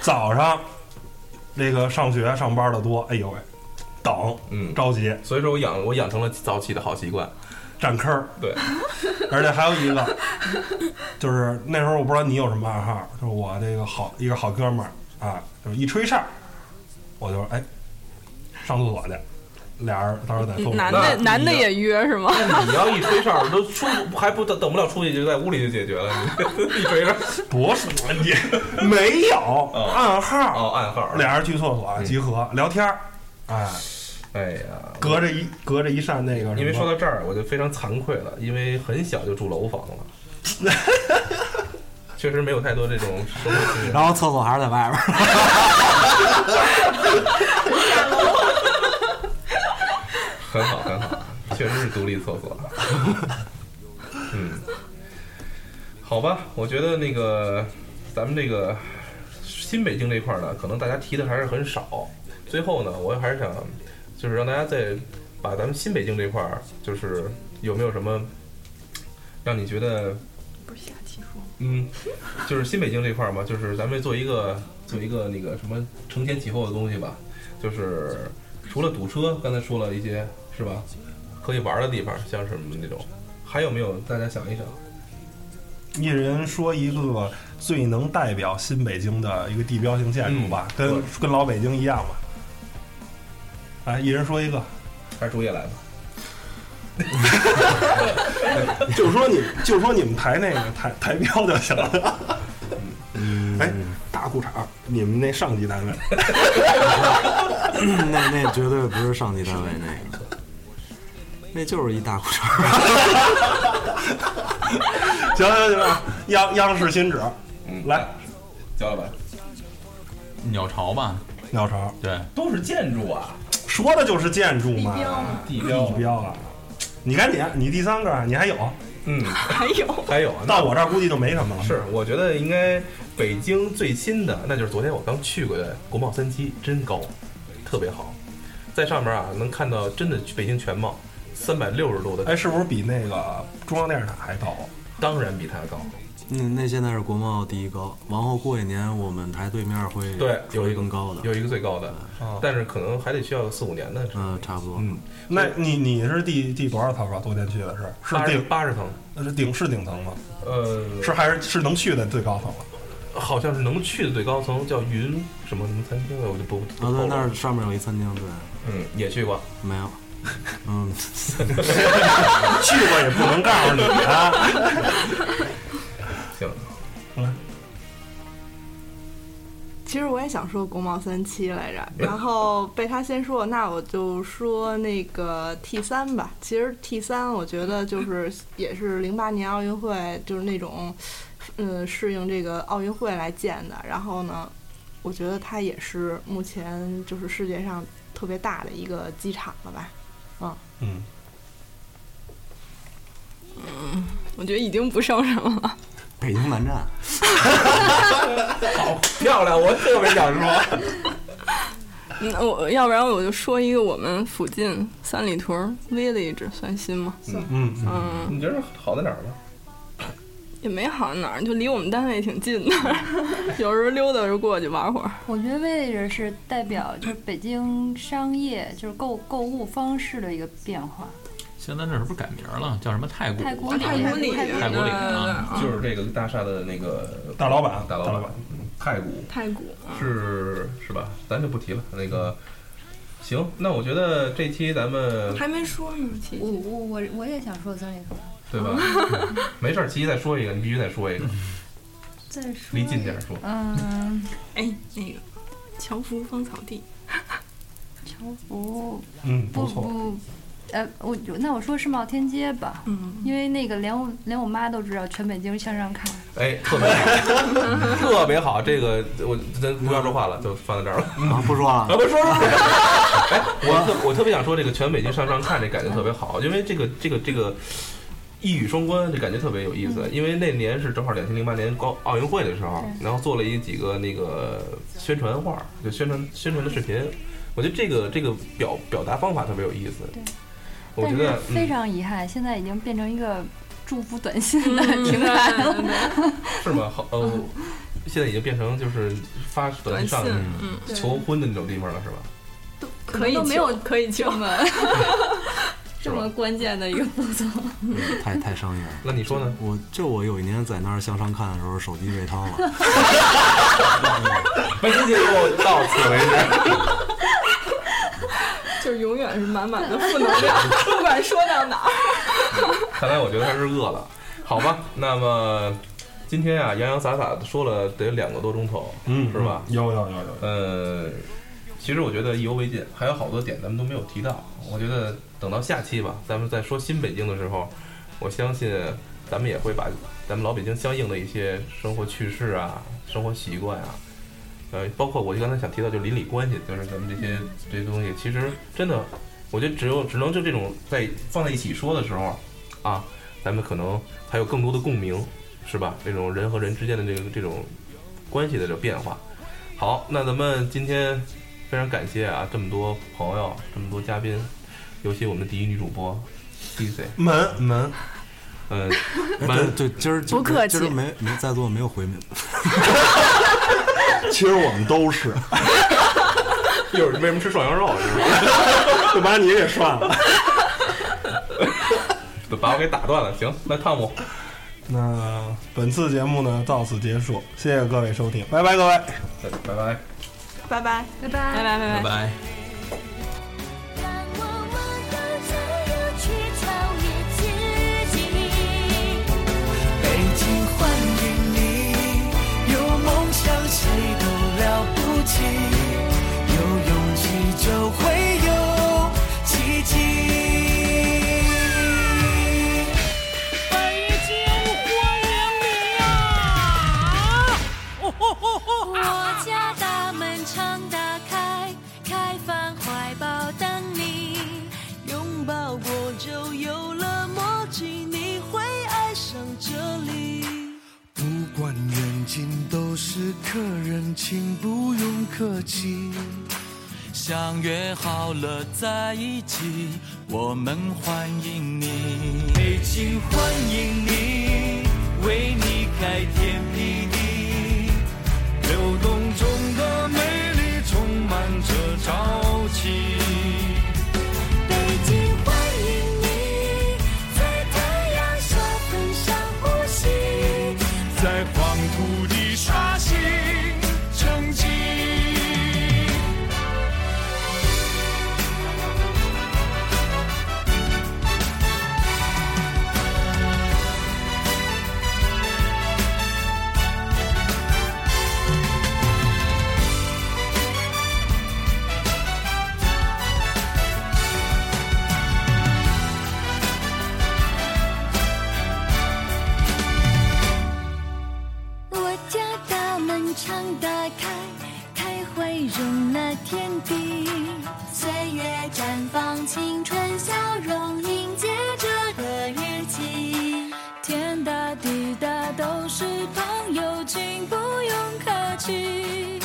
[SPEAKER 2] 早上那个上学上班的多，哎呦喂，等
[SPEAKER 1] 嗯，
[SPEAKER 2] 着急
[SPEAKER 1] 所以说我养我养成了早起的好习惯，
[SPEAKER 2] 占坑儿，
[SPEAKER 1] 对，
[SPEAKER 2] 而且还有一个， 就是那时候我不知道你有什么爱好，就是我这个好一个好哥们儿啊，就是一吹哨，我就哎上厕所去，俩人到时候在后面
[SPEAKER 4] 男的
[SPEAKER 1] 哦那
[SPEAKER 4] 男的也约是吗？
[SPEAKER 1] 你要一吹哨都出还不等等不了出去，就在屋里就解决了。你 一吹哨
[SPEAKER 2] 不是你 没有暗号，
[SPEAKER 1] 哦，嗯暗号。
[SPEAKER 2] 俩人去厕所集合聊天儿，哎，
[SPEAKER 1] 哎呀，
[SPEAKER 2] 隔着一隔着一扇那个什么，
[SPEAKER 1] 因为说到这儿，我就非常惭愧了，因为很小就住楼房了， 确实没有太多这种生活经验。
[SPEAKER 3] 然后厕所还是在外边儿。
[SPEAKER 1] 很好，很好，确实是独立厕所。嗯，好吧，我觉得那个咱们这个新北京这块儿呢，可能大家提的还是很少。最后呢，我还是想就是让大家再把咱们新北京这块儿，就是有没有什么让你觉得
[SPEAKER 4] 不是下期 说
[SPEAKER 1] 嗯，就是新北京这块儿嘛，就是咱们做一个做一个那个什么承前启后的东西吧，就是除了堵车，刚才说了一些是吧，可以玩儿的地方，像什么那种，还有没有？大家想一想，
[SPEAKER 2] 一人说一个最能代表新北京的一个地标性建筑吧，
[SPEAKER 1] 嗯
[SPEAKER 2] 跟跟老北京一样吧。来，一人说一个，
[SPEAKER 1] 还是主也来吧。
[SPEAKER 2] 就是说你，就是说你们台那个台台标就行了。哎，大裤衩，你们那上级单位，
[SPEAKER 3] 那那绝对不是上级单位那个，那就是一大裤衩 儿。
[SPEAKER 2] 行行行，央央视新址，
[SPEAKER 1] 嗯，
[SPEAKER 2] 来，
[SPEAKER 1] 焦老板，
[SPEAKER 5] 鸟巢吧，
[SPEAKER 2] 鸟巢，
[SPEAKER 5] 对，
[SPEAKER 1] 都是建筑啊，
[SPEAKER 2] 说的就是建筑嘛，
[SPEAKER 1] 地标
[SPEAKER 2] 地。标啊。你赶紧，你第三个啊，你还有，
[SPEAKER 1] 嗯，
[SPEAKER 4] 还有
[SPEAKER 1] 还有啊
[SPEAKER 2] 到我这儿估计就没什么了。
[SPEAKER 1] 是，我觉得应该北京最新的，那就是昨天我刚去过的国贸三期，真高，特别好，在上面啊能看到真的北京全貌，三百六十度的，
[SPEAKER 2] 哎，是不是比那个中央电视台还高？
[SPEAKER 1] 当然比它高。
[SPEAKER 3] 那那现在是国贸第一高，往后过几年我们台对面会
[SPEAKER 1] 对，
[SPEAKER 3] 出
[SPEAKER 1] 有一
[SPEAKER 3] 一
[SPEAKER 1] 个
[SPEAKER 3] 更高的，
[SPEAKER 1] 有一个最高的，
[SPEAKER 2] 啊，
[SPEAKER 1] 但是可能还得需要四五年的。
[SPEAKER 3] 嗯、差不多。
[SPEAKER 1] 嗯，
[SPEAKER 2] 那你你是第第多少层啊？昨天去的是
[SPEAKER 1] 八
[SPEAKER 2] 是
[SPEAKER 1] 十
[SPEAKER 2] 顶
[SPEAKER 1] 八十层，
[SPEAKER 2] 呃是顶是顶层吗？
[SPEAKER 3] 嗯
[SPEAKER 1] 呃，
[SPEAKER 2] 是还是是能去的最高层了？
[SPEAKER 1] 好像是能去的最高层，叫云什么什么餐厅，我就不不透
[SPEAKER 3] 啊，对，
[SPEAKER 1] 露
[SPEAKER 3] 那
[SPEAKER 1] 了
[SPEAKER 3] 儿上面有一餐厅，对，
[SPEAKER 1] 嗯，也去过，
[SPEAKER 3] 没有。 嗯，
[SPEAKER 2] 去过也不能告诉你啊。
[SPEAKER 1] 行，
[SPEAKER 7] 其实我也想说国贸三期来着，然后被他先说，那我就说那个 T 三吧。其实 T 三我觉得就是也是零八年奥运会，就是那种，呃，适应这个奥运会来建的。然后呢，我觉得它也是目前就是世界上特别大的一个机场了吧。
[SPEAKER 2] 嗯，
[SPEAKER 4] 我觉得已经不剩什么了。
[SPEAKER 3] 北京南站，
[SPEAKER 1] 好漂亮，我特别想说，
[SPEAKER 4] 那嗯我要不然我就说一个我们附近三里屯儿 village 算新吗？
[SPEAKER 2] 嗯嗯，
[SPEAKER 4] 嗯，
[SPEAKER 1] 你觉得好在哪儿呢？啊
[SPEAKER 4] 也没好哪儿，就离我们单位挺近 的，有时候溜达着过去玩会儿。
[SPEAKER 6] 我觉得位置是代表就是北京商业就是购购物方式的一个变化。
[SPEAKER 5] 现在这是不是改名了？叫什么太古？
[SPEAKER 6] 哦太古里，
[SPEAKER 4] 太古里
[SPEAKER 5] 太古里啊，
[SPEAKER 1] 就是这个大厦的那个
[SPEAKER 2] 大老板
[SPEAKER 1] 大老
[SPEAKER 2] 大老板
[SPEAKER 1] 嗯太古
[SPEAKER 4] 太古啊，
[SPEAKER 1] 是是吧？咱就不提了，那
[SPEAKER 3] 嗯
[SPEAKER 1] 个。行，那我觉得这期咱们
[SPEAKER 4] 还没说呢，其
[SPEAKER 6] 我我我我也想说三里屯，
[SPEAKER 1] 对吧？嗯没事儿，琪琪再说一个，你必须再说一 个，
[SPEAKER 6] 再说
[SPEAKER 1] 离近点儿说。
[SPEAKER 6] 嗯，
[SPEAKER 4] 哎，那个樵夫芳草地，
[SPEAKER 6] 乔福
[SPEAKER 2] 嗯，不
[SPEAKER 6] 不
[SPEAKER 2] 错。
[SPEAKER 6] 不，呃，我就那我说世贸天阶吧，
[SPEAKER 4] 嗯，
[SPEAKER 6] 因为那个连我连我妈都知道，全北京向上看。
[SPEAKER 1] 哎，特别好，特别好。这个我咱不要说话了，就放在这儿了。
[SPEAKER 6] 嗯
[SPEAKER 3] 啊，不说
[SPEAKER 1] 啊，
[SPEAKER 3] 了，
[SPEAKER 1] 不是说说说。哎，我特我特别想说，这个全北京上上看这感觉特别好，因为这个这个这个一语双关，这感觉特别有意
[SPEAKER 6] 嗯
[SPEAKER 1] 思。因为那年是正好两千零八年高奥运会的时候，然后做了一几个那个宣传画，就宣传宣传的视频。我觉得这个这个表表达方法特别有意思
[SPEAKER 6] 对。
[SPEAKER 1] 我觉得
[SPEAKER 6] 但是非
[SPEAKER 1] 嗯
[SPEAKER 6] 常遗憾，现在已经变成一个祝福短信的
[SPEAKER 4] 嗯
[SPEAKER 6] 平台了。
[SPEAKER 1] 是吗？好，呃，
[SPEAKER 6] 嗯
[SPEAKER 1] 现在已经变成就是发短
[SPEAKER 4] 短
[SPEAKER 1] 信
[SPEAKER 4] 信
[SPEAKER 1] 上，
[SPEAKER 4] 嗯，
[SPEAKER 1] 求婚的那种地方了，是吧？
[SPEAKER 6] 可以
[SPEAKER 4] 都没
[SPEAKER 6] 求
[SPEAKER 4] 有可以
[SPEAKER 6] 这
[SPEAKER 4] 求，
[SPEAKER 6] 么这么关键的一个步骤，嗯
[SPEAKER 3] 太太商业了。
[SPEAKER 1] 那你说 呢？
[SPEAKER 3] 我就我有一年在那儿向上看的时候，手机被掏 了。
[SPEAKER 1] 本期节目到此为止。
[SPEAKER 4] 就是永远是满满的负能量，不管说到哪儿。
[SPEAKER 1] 看来我觉得他是饿了，好吧？那么今天啊，洋洋洒洒的说了得两个多钟头，
[SPEAKER 2] 嗯，
[SPEAKER 1] 是吧？
[SPEAKER 2] 有有有有有，
[SPEAKER 1] 呃，其实我觉得意犹未尽，还有好多点咱们都没有提到。我觉得等到下期吧，咱们再说新北京的时候，我相信咱们也会把咱们老北京相应的一些生活趣事啊、生活习惯啊，呃，包括我就刚才想提到，就邻里关系，就是咱们这些这些东西，其实真的，我觉得只有只能就这种在放在一起说的时候，啊，咱们可能才有更多的共鸣，是吧？这种人和人之间的这个这种关系的这个变化。好，那咱们今天非常感谢啊，这么多朋友，这么多嘉宾，尤其我们的第一女主播 DC，
[SPEAKER 2] 门门，
[SPEAKER 1] 嗯，
[SPEAKER 3] 对
[SPEAKER 1] 完
[SPEAKER 3] 哎对，今儿
[SPEAKER 6] 不客气
[SPEAKER 3] 今儿没没在座没有回民，
[SPEAKER 8] 其实我们都是，
[SPEAKER 1] 一会儿为什么吃涮羊肉？啊是吧？
[SPEAKER 8] 就把你给涮了。
[SPEAKER 1] 把我给打断了。行，那汤姆，
[SPEAKER 2] 那本次节目呢到此结束，谢谢各位收听，拜拜各位。
[SPEAKER 1] 拜拜。
[SPEAKER 6] 拜
[SPEAKER 7] 拜拜。
[SPEAKER 6] 拜
[SPEAKER 4] 拜拜拜
[SPEAKER 5] 拜
[SPEAKER 4] 拜。
[SPEAKER 5] 拜。
[SPEAKER 9] 让我们跟着流去超越自己。
[SPEAKER 10] 北京欢迎你，有梦想谁都了不起，有勇气就会有奇迹。
[SPEAKER 9] 北京欢迎你呀！我家大门常打开，开放怀抱等你，拥抱过就有了默契，你会爱上这里。
[SPEAKER 10] 不管远近都是客人，请不用客气。相约好了在一起，我们欢迎你。北京欢迎你，为你开天辟地。流动中的美丽充满着朝气。
[SPEAKER 9] 北京欢迎你，在太阳下分享呼吸。
[SPEAKER 10] 在黄土地刷新成绩。
[SPEAKER 9] 我家大门常打开，开怀容纳天地，岁月绽放青春笑容，迎接这个日期。天大地大都是朋友，请不用客气。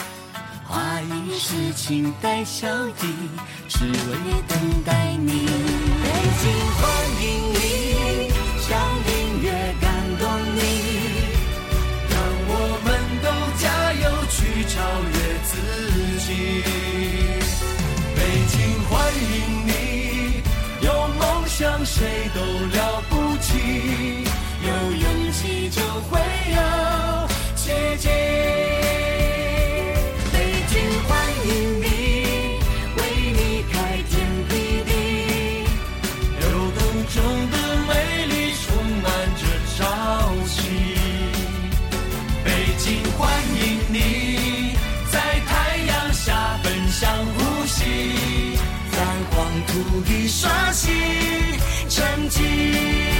[SPEAKER 10] 花一世情带笑意，只为等待你。北京欢迎你，让音乐感动你，让我们都加油去超越自己。北京欢迎你，有梦想谁都了不起，有勇气就会有奇迹。北京欢迎你，为你开天辟地，流动中的美丽充满着朝气。北京欢迎你，在太阳下奔向呼吸，在黄土地刷新成绩。